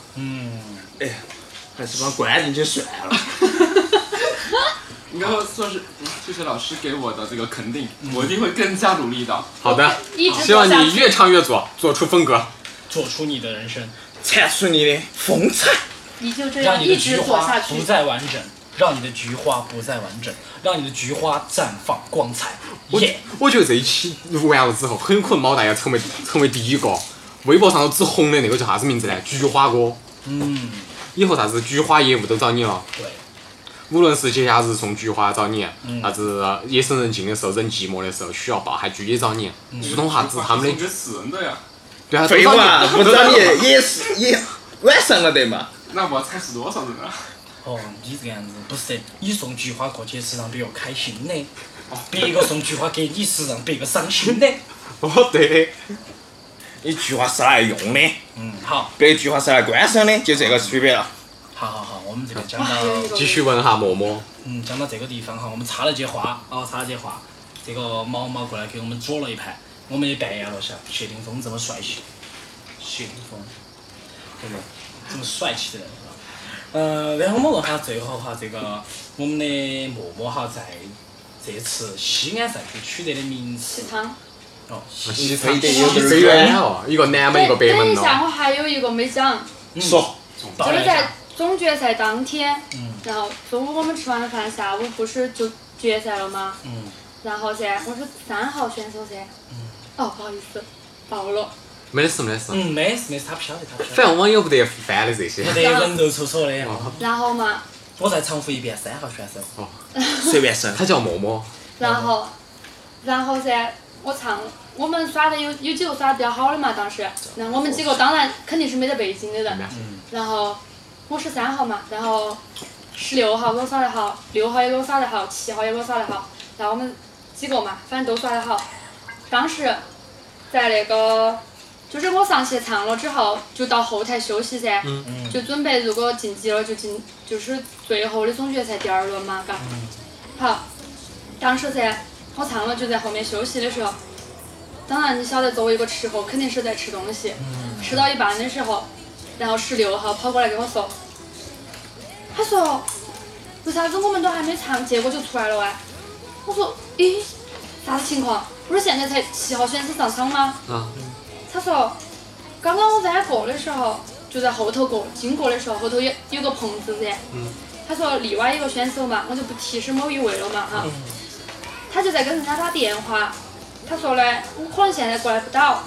[SPEAKER 3] 还是把关进去算了。
[SPEAKER 2] 你刚刚说是，嗯谢谢老师给我的这个肯定，我一定会更加努力的。
[SPEAKER 4] 嗯好的，
[SPEAKER 6] 一直
[SPEAKER 4] 希
[SPEAKER 6] 做
[SPEAKER 4] 望
[SPEAKER 6] 下
[SPEAKER 4] 你
[SPEAKER 6] 去。
[SPEAKER 4] 越唱越左，做出风格。
[SPEAKER 1] 做出你的人生，
[SPEAKER 3] 踩出你的风采，
[SPEAKER 6] 你就这
[SPEAKER 1] 让
[SPEAKER 6] 样
[SPEAKER 1] 你的
[SPEAKER 6] 啊一
[SPEAKER 1] 菊
[SPEAKER 6] 直做
[SPEAKER 1] 花
[SPEAKER 6] 下去
[SPEAKER 1] 不，再完整，让你的菊花不再完整，让你的菊花绽放光彩。
[SPEAKER 4] 我
[SPEAKER 1] 耶！
[SPEAKER 4] 我觉得这一期录完了之后，很可能毛大爷成为成为第一个微博上头最红的那个叫啥子名字呢？菊花哥。
[SPEAKER 1] 嗯，
[SPEAKER 4] 以后啥子菊花业务都找你了。
[SPEAKER 1] 对。
[SPEAKER 4] 无论是节假日送菊花找你，
[SPEAKER 2] 嗯
[SPEAKER 4] 啥子夜深人静的时候、人寂寞的时候需要抱下菊也找你，
[SPEAKER 2] 嗯
[SPEAKER 4] 普通话子他们
[SPEAKER 2] 送
[SPEAKER 4] 的
[SPEAKER 2] 给死人的呀，
[SPEAKER 4] 对啊，都
[SPEAKER 3] 废
[SPEAKER 4] 找
[SPEAKER 3] 话，
[SPEAKER 4] 你，
[SPEAKER 3] 不
[SPEAKER 4] 都找
[SPEAKER 3] 找你
[SPEAKER 4] 你。
[SPEAKER 3] 也是也晚上了得嘛？
[SPEAKER 2] 那我要踩死多少人啊？
[SPEAKER 1] 哦，你这个样子不是的，你送菊花过去是让别个开心的，别个送菊花给你是让别个伤心的。
[SPEAKER 4] 哦，对的，
[SPEAKER 3] 你菊花是拿来用的，
[SPEAKER 1] 嗯，好，
[SPEAKER 3] 别的菊花是拿来观赏的，就这个区别了。
[SPEAKER 1] 好好好，我们这个讲到，
[SPEAKER 4] 继续问哈默默，
[SPEAKER 1] 嗯，讲到这个地方哈，我们插了节话，哦，插了节话，这个毛毛过来给我们煮了一盘，我们也扮演了下谢霆锋这么帅气，谢霆锋，对不对？这么帅气的人哈，呃，然后我们问下最后哈，这个我们的默默哈，在这次西安赛区取得的名次
[SPEAKER 6] 食堂。
[SPEAKER 1] 哦，
[SPEAKER 4] 西
[SPEAKER 3] 非
[SPEAKER 4] 餐
[SPEAKER 3] 得有点
[SPEAKER 4] 飞远哦，一个南门一个北
[SPEAKER 6] 等
[SPEAKER 4] 门
[SPEAKER 6] 一下，
[SPEAKER 4] 哦。
[SPEAKER 6] 我还有一个没讲，
[SPEAKER 3] 说，
[SPEAKER 1] 报
[SPEAKER 6] 就
[SPEAKER 1] 了
[SPEAKER 6] 是
[SPEAKER 1] 一
[SPEAKER 6] 在
[SPEAKER 1] 下，
[SPEAKER 6] 总决赛当天，
[SPEAKER 1] 嗯
[SPEAKER 6] 然后中午我们吃完饭，下午不是就决赛了吗？
[SPEAKER 1] 嗯，
[SPEAKER 6] 然后噻，我是三号选手噻。哦，不好意思，暴露。
[SPEAKER 4] 没得事没得事，
[SPEAKER 1] 嗯，没事没事，他不晓得，他不晓
[SPEAKER 4] 反
[SPEAKER 1] 得，
[SPEAKER 4] 正网友不得翻的这些
[SPEAKER 1] 没。得人肉搓搓的。
[SPEAKER 6] 然后嘛，
[SPEAKER 1] 我再重复一遍，三号选手。
[SPEAKER 3] 随便生。
[SPEAKER 4] 他叫默默，
[SPEAKER 6] 然后，然后噻，我唱，我们耍的有有几个耍的比较好的嘛，当时，那我们几个当然肯定是没得背景的人。然后我是三号嘛，然后十六号给我耍得好，六号也给我耍得好，七号也给我耍得好，然后我们几个嘛，反正都耍得好。当时在那个，就是我上去唱了之后，就到后台休息噻，就准备如果晋级了就进，就是最后的总决赛第二轮嘛，嘎。好，当时噻，我唱了就在后面休息的时候，当然你晓得，作为一个吃货，肯定是在吃东西。吃到一半的时候，然后十六号跑过来跟我说，他说啊为啥子我们都还没唱，结果就出来了哎？我说咦，啥子情况？不是现在才七号选手上场吗？
[SPEAKER 4] 啊，
[SPEAKER 6] 他说刚刚我在那过的时候，就在后头过，经过的时候后头有有个棚子噻。他说另外一个选手嘛，我就不提是某一位了嘛哈。他就在跟人家打电话，他说嘞，我可能现在过来不到，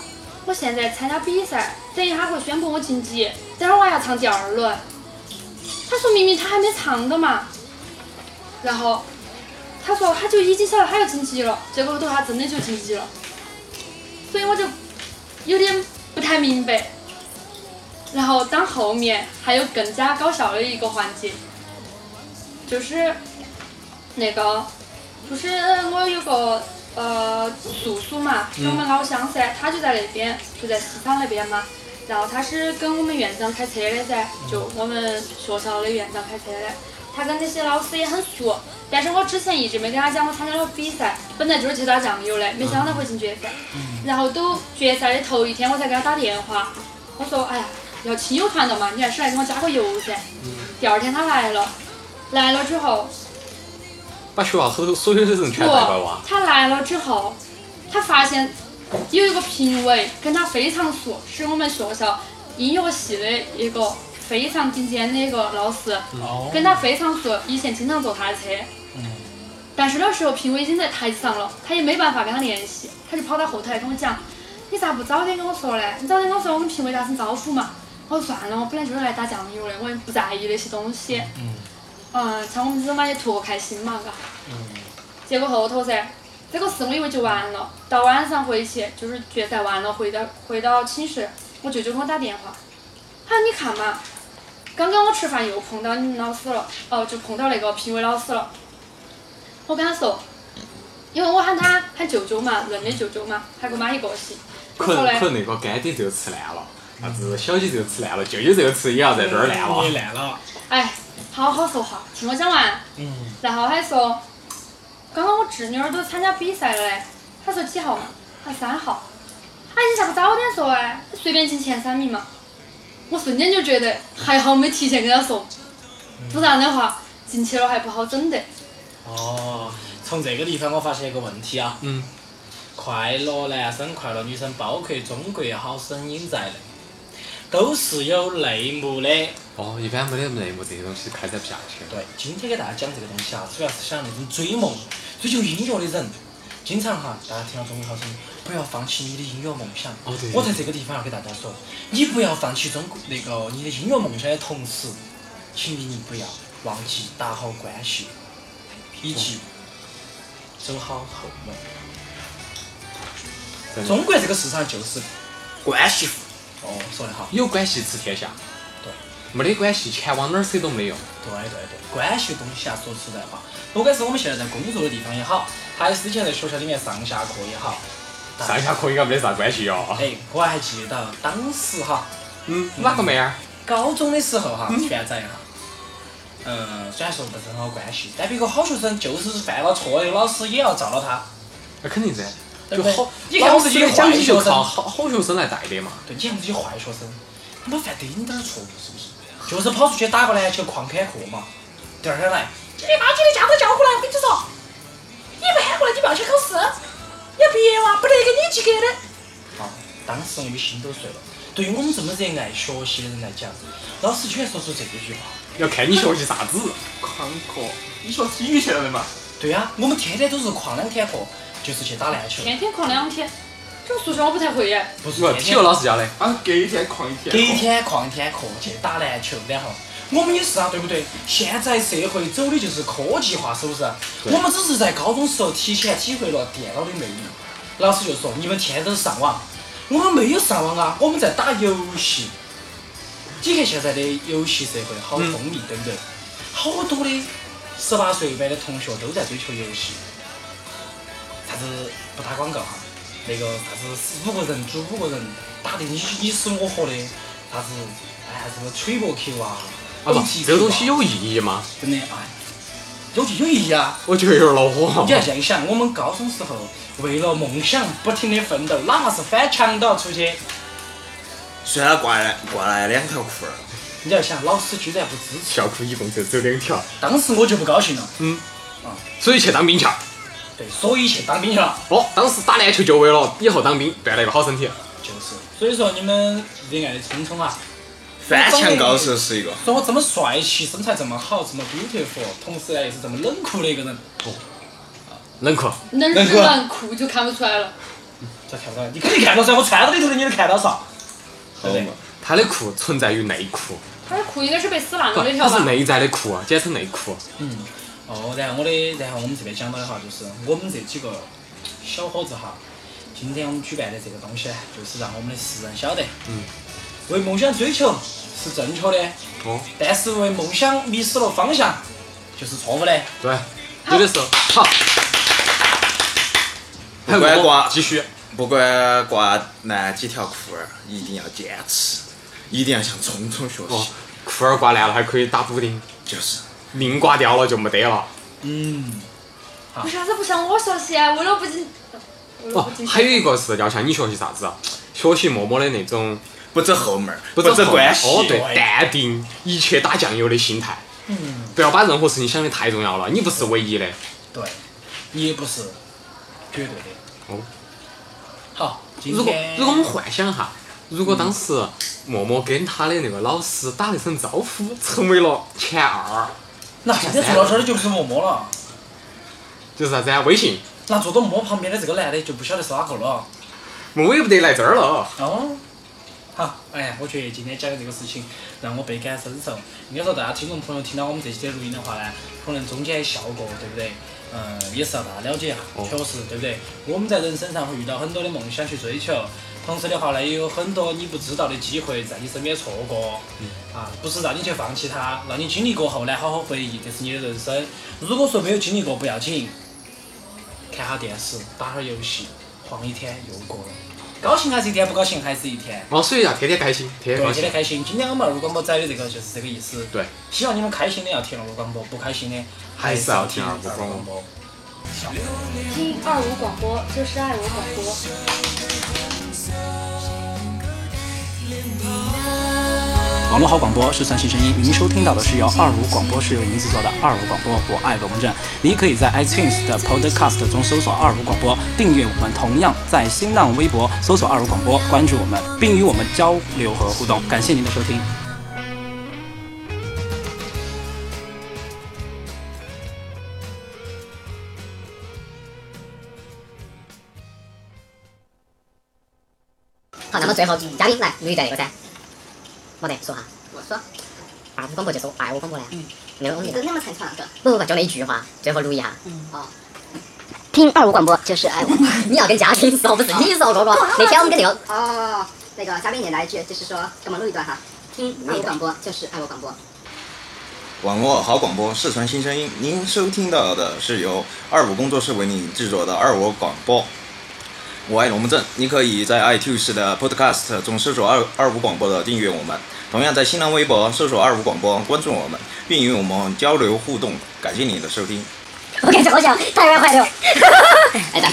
[SPEAKER 6] 我现在参加比赛，等一下会宣布我晋级，等会儿我还要唱第二轮。他说明明他还没唱的嘛，然后他说他就已经晓得他要晋级了，结果后头他真的就晋级了，所以我就有点不太明白。然后当后面还有更加搞笑的一个环节，就是那个，就是我有个呃叔叔嘛，跟我们老乡噻，他就在那边，就在西昌那边嘛。然后他是跟我们院长开车的噻，就我们学校的院长开车的。他跟那些老师也很熟，但是我之前一直没跟他讲我参加了比赛，本来就是去打酱油的，没想到会进决赛。然后都决赛的头一天，我才给他打电话，我说：“哎呀，要亲友团的嘛，你还是来给我加个油噻。”第二天他来了，来了之后，
[SPEAKER 4] 把学校后头所有的人全带过来哇！
[SPEAKER 6] 他来了之后，他发现有一个评委跟他非常熟，是我们学校音乐系的一个非常顶尖的一个老师，
[SPEAKER 1] 哦，
[SPEAKER 6] 跟他非常熟，以前经常坐他的车。但是那时候评委已经在台子上了，他也没办法跟他联系，他就跑到后台跟我讲：“你咋不早点跟我说嘞？你早点跟我说，我们评委打声招呼嘛。”我说算了，我本来就是来打酱油的，我也不在意那些东西。嗯。嗯，像我们这种嘛，也图个开心嘛，嘎。结果后头噻，这个事我以为就完了，到晚上回去就是决啊赛完了，回到回到寝室，我舅舅给我打电话，他说你看嘛，刚刚我吃饭又碰到你们老师了，哦，就碰到那个评委老师了。我跟他说，因为我喊他喊舅舅嘛，认的舅舅嘛，他跟我妈一个姓。我
[SPEAKER 4] 可
[SPEAKER 6] 说
[SPEAKER 4] 能可
[SPEAKER 6] 嘞，
[SPEAKER 4] 能那个干爹这个吃烂了，啥子小姐这个吃烂了，舅舅这个吃也要在这儿烂
[SPEAKER 1] 你
[SPEAKER 4] 了。
[SPEAKER 1] 烂了，
[SPEAKER 6] 哎，好好说话，听我讲完。
[SPEAKER 1] 嗯，
[SPEAKER 6] 然后他说，刚刚我侄女儿都参加比赛了嘞。他说几号嘛？他三号。哎，你咋不早点说哎？随便进前三名嘛。我瞬间就觉得还好没提前跟他说，
[SPEAKER 4] 嗯
[SPEAKER 6] 不然的话进去了还不好整得。
[SPEAKER 1] 哦，从这个地方我发现一个问题啊，
[SPEAKER 4] 嗯，
[SPEAKER 1] 快乐男生、快乐女生，包括中国好声音在内，都是有内幕的。
[SPEAKER 4] 哦，一般没得内幕这些东西开展不下去。
[SPEAKER 1] 对，今天给大家讲这个东西啊，主要是想那种追梦、追求音乐的人，经常哈，大家听到中国好声音，不要放弃你的音乐梦想。
[SPEAKER 4] 哦对
[SPEAKER 1] 我在这个地方要给大家说，你不要放弃中国那个你的音乐梦想的同时，请你不要忘记打好关系，以及走好后门。
[SPEAKER 4] 真的
[SPEAKER 1] 中国这个市场就是，
[SPEAKER 3] 关系户
[SPEAKER 1] 哦，说得好，
[SPEAKER 4] 有关系吃天下，
[SPEAKER 1] 对，
[SPEAKER 4] 没得关系钱往哪儿塞都没用。
[SPEAKER 1] 对对对，关系东西啊，说实在话，不管是我们现在在工作的地方也好，还是以前在学校里面上下课也好，大
[SPEAKER 4] 上下课应该没得啥关系哟。
[SPEAKER 1] 哎，我还记得当时哈，
[SPEAKER 4] 嗯，哪个妹儿？
[SPEAKER 1] 高中的时候哈，全在哈，嗯，虽然说不是很好关系，但别个好学生就是犯了错，那个老师也要罩了他。
[SPEAKER 4] 那肯定噻，
[SPEAKER 1] 对
[SPEAKER 4] 就
[SPEAKER 1] 不对
[SPEAKER 4] 好，
[SPEAKER 1] 你看我们这些
[SPEAKER 4] 讲
[SPEAKER 1] 坏
[SPEAKER 4] 义
[SPEAKER 1] 学
[SPEAKER 4] 就靠
[SPEAKER 1] 生，
[SPEAKER 4] 好好学生来带的嘛。
[SPEAKER 1] 对，你看我们这些坏学生，他们犯丁点儿错误是不是？就是跑出去打个篮球旷坎课嘛，第二天来，今天把你的家长叫过来，我跟你说，你不喊过来，你不要去考试，你要毕业哇，不得给你及格的。啊，当时我们心都碎了。对于我们这么热爱学习的人来讲，老师居然说出这句话，
[SPEAKER 4] 要看你学习啥子。
[SPEAKER 2] 旷课，你学体育去了的嘛？
[SPEAKER 1] 对呀、我们天天都是旷两天课，就是去打篮球，
[SPEAKER 6] 天天旷两天，这个数学我不太会耶。
[SPEAKER 1] 不是
[SPEAKER 4] 我
[SPEAKER 1] 天
[SPEAKER 4] 体育
[SPEAKER 1] 天
[SPEAKER 4] 老师教的，
[SPEAKER 2] 啊，隔一天旷一天。
[SPEAKER 1] 隔一。天旷一天课去打篮球，然后我们也是啊，对不对？现在社会走的就是科技化，是不是？
[SPEAKER 4] 对
[SPEAKER 1] 我们只是在高中时候提前体会了电脑的魅力。老师就说：“你们天天都是上网，我们没有上网啊，我们在打游戏。”你看现在的游戏社会好
[SPEAKER 4] 嗯
[SPEAKER 1] 风靡，对不对？好多的十八岁以外的同学都在追求游戏。啥子不打广告哈，那个啥子五个人组五个人打得你你死我活的，啥子哎啥子吹波球啊，
[SPEAKER 4] 啊不，
[SPEAKER 1] OTQ
[SPEAKER 4] 这个东西
[SPEAKER 1] 啊
[SPEAKER 4] 有意义吗？
[SPEAKER 1] 真的哎，有就有意义啊！
[SPEAKER 4] 我觉得有点恼火
[SPEAKER 1] 你。要这样想，我们高中时候为了梦想不停的奋斗，哪怕是翻墙都要出去。
[SPEAKER 3] 虽然挂了挂了两条裤儿，
[SPEAKER 1] 你要想，老师居然不支持，
[SPEAKER 4] 校裤一共就只有两条，
[SPEAKER 1] 当时我就不高兴了。
[SPEAKER 4] 所以去当兵去了。啊
[SPEAKER 1] 对，所以去当兵去了。
[SPEAKER 4] 哦，当时打篮球就为了以后当兵锻炼一个好身体。
[SPEAKER 1] 就是，所以说你们热爱的聪聪啊，
[SPEAKER 3] 翻墙高手是一个。
[SPEAKER 1] 说我这么帅气，身材这么好，这么 beautiful，同时呢又是这么冷酷的一个人，
[SPEAKER 4] 冷酷，
[SPEAKER 6] 能吃能哭就看不出来了。
[SPEAKER 1] 咋看不到？你肯定看到噻，我穿到里头的你都看到噻，对不对？
[SPEAKER 4] 他的酷存在于内裤，
[SPEAKER 6] 他的裤应该是被撕烂
[SPEAKER 4] 不，
[SPEAKER 6] 了的一条
[SPEAKER 4] 不是
[SPEAKER 6] 吧？
[SPEAKER 4] 内在的酷啊，简称内裤。
[SPEAKER 1] 嗯，哦，然后我的，然后我们这边讲到的哈，就是我们这几个小伙子哈，今天我们举办的这个东西，啊就是让我们的世人晓得，
[SPEAKER 4] 嗯，
[SPEAKER 1] 为梦想追求是正确的，
[SPEAKER 4] 哦，
[SPEAKER 1] 但是为梦想迷失了方向就是错误的。
[SPEAKER 4] 对，有的时候好。
[SPEAKER 3] 不管挂
[SPEAKER 4] 继续。
[SPEAKER 3] 不管挂哪几条裤儿，一定要坚持，一定要向聪聪学
[SPEAKER 4] 哦
[SPEAKER 3] 习。，
[SPEAKER 4] 裤儿挂烂了还可以打补丁，
[SPEAKER 3] 就是
[SPEAKER 4] 命挂掉了就没得了。
[SPEAKER 1] 嗯，
[SPEAKER 6] 为啥子不向我学习啊？为了不进，为了
[SPEAKER 4] 哦
[SPEAKER 6] 不进，去。
[SPEAKER 4] 还有一个是要向你学习啥子啊？学习默默的那种
[SPEAKER 3] 不走后门儿，
[SPEAKER 4] 不
[SPEAKER 3] 走
[SPEAKER 4] 走
[SPEAKER 3] 关系。
[SPEAKER 4] 哦，对，
[SPEAKER 1] 对
[SPEAKER 4] 淡定，一切打酱油的心态。嗯，不要把任何事情想得太重要了，你不是唯一的。
[SPEAKER 1] 对，也不是绝对的。
[SPEAKER 4] 哦。
[SPEAKER 1] 好，今
[SPEAKER 4] 如果
[SPEAKER 1] 天
[SPEAKER 4] 如果我们幻想哈，如果当时默默跟他的那个老师打了一声招呼，成为了前二，
[SPEAKER 1] 那今天坐到这儿的就不是默默了，
[SPEAKER 4] 就是啥子啊？微信，
[SPEAKER 1] 那坐到默默旁边的这个男的就不晓得是哪个了。
[SPEAKER 4] 默默也不得来这儿了。
[SPEAKER 1] 哦，好，哎呀，我觉得今天讲的这个事情让我倍感深受。应该说，大家听众朋友听到我们这期的录音的话呢，可能中间效果对不对？嗯，也是要大家了解一下，确实对不对？我们在人生上会遇到很多的梦想去追求，同时的话呢，也有很多你不知道的机会在你身边错过。啊，不是让你去放弃它，让你经历过后呢，好好回忆，这是你的人生。如果说没有经历过，不要紧，看下电视，打会儿游戏，晃一天又过了。高兴还是一天，不高兴还是一天。
[SPEAKER 4] 哦，所以要天天开心，天天
[SPEAKER 1] 对，今
[SPEAKER 4] 开心
[SPEAKER 1] 天。开心。今天我们二路广播仔的这个就是这个意思。
[SPEAKER 4] 对，
[SPEAKER 1] 希望你们开心的要听二路广播，不开心的
[SPEAKER 4] 还是
[SPEAKER 1] 是
[SPEAKER 4] 要
[SPEAKER 1] 听
[SPEAKER 4] 听二路
[SPEAKER 1] 路
[SPEAKER 4] 广
[SPEAKER 1] 广播。
[SPEAKER 8] 听二五广播就是爱我广播。
[SPEAKER 1] 网络好广播是三新声音，您收听到的是由二五广播室为您制作的二五广播，我爱龙门阵。您可以在 iTunes 的 Podcast 中搜索二五广播，订阅我们；同样在新浪微博搜索二五广播，关注我们，并与我们交流和互动。感谢您的收听。
[SPEAKER 11] 好，那么最后嘉宾来，女的那个噻，没得说哈。我说。二五广播就是我爱我广播嘞。嗯。没有我们。那么才唱歌。不不不，就那一句话，最后录一下。嗯。哦。听二五广播就是爱我。你要跟嘉宾说，不是你说哥哥。
[SPEAKER 7] 啊
[SPEAKER 11] 那天我们跟那个哦，那个嘉宾也来一句，就是说给我们录一段哈。听二五广播就是爱我广播。
[SPEAKER 3] 网络好广播，四川新声音。您收听到的是由二五工作室为你制作的二五广播。我爱龙门阵，你可以在 iTunes 的 Podcast 中搜索二二五广播的订阅我们，同样在新浪微博搜索二五广播关注我们，并与我们交流互动。感谢你的收听。
[SPEAKER 11] 我感觉好像太外坏了。哎，打。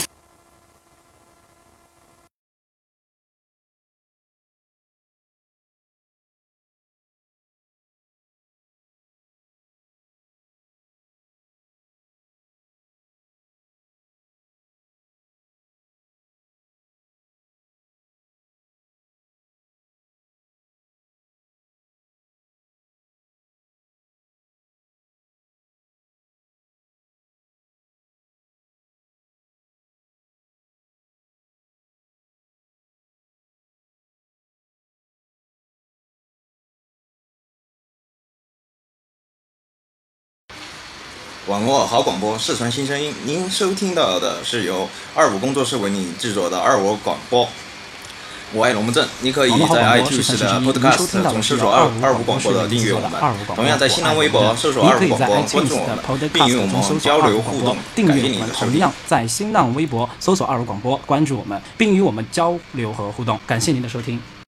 [SPEAKER 3] 网络好广播，四川新声音。您收听到的是由二五工作室为你制作的二五广播。我爱龙门阵，你可以
[SPEAKER 1] 网络好
[SPEAKER 3] 在
[SPEAKER 1] 广播
[SPEAKER 3] iTunes
[SPEAKER 1] 四
[SPEAKER 3] 的
[SPEAKER 1] 川新声音您收
[SPEAKER 3] Podcast
[SPEAKER 1] 听到的
[SPEAKER 3] 中
[SPEAKER 1] 是
[SPEAKER 3] 搜索
[SPEAKER 1] 由
[SPEAKER 3] 二
[SPEAKER 1] 25
[SPEAKER 3] 二五广播的订阅我们，同样在新浪微博搜索二五广播关注我们，并与我们交流互动。
[SPEAKER 1] 订
[SPEAKER 3] 感
[SPEAKER 1] 阅
[SPEAKER 3] 谢
[SPEAKER 1] 我
[SPEAKER 3] 你
[SPEAKER 1] 们
[SPEAKER 3] 的，收
[SPEAKER 1] 同
[SPEAKER 3] 听。
[SPEAKER 1] 样在新浪微博搜索二五广播，关注我们，并与我们交流和互动。感谢您的收听。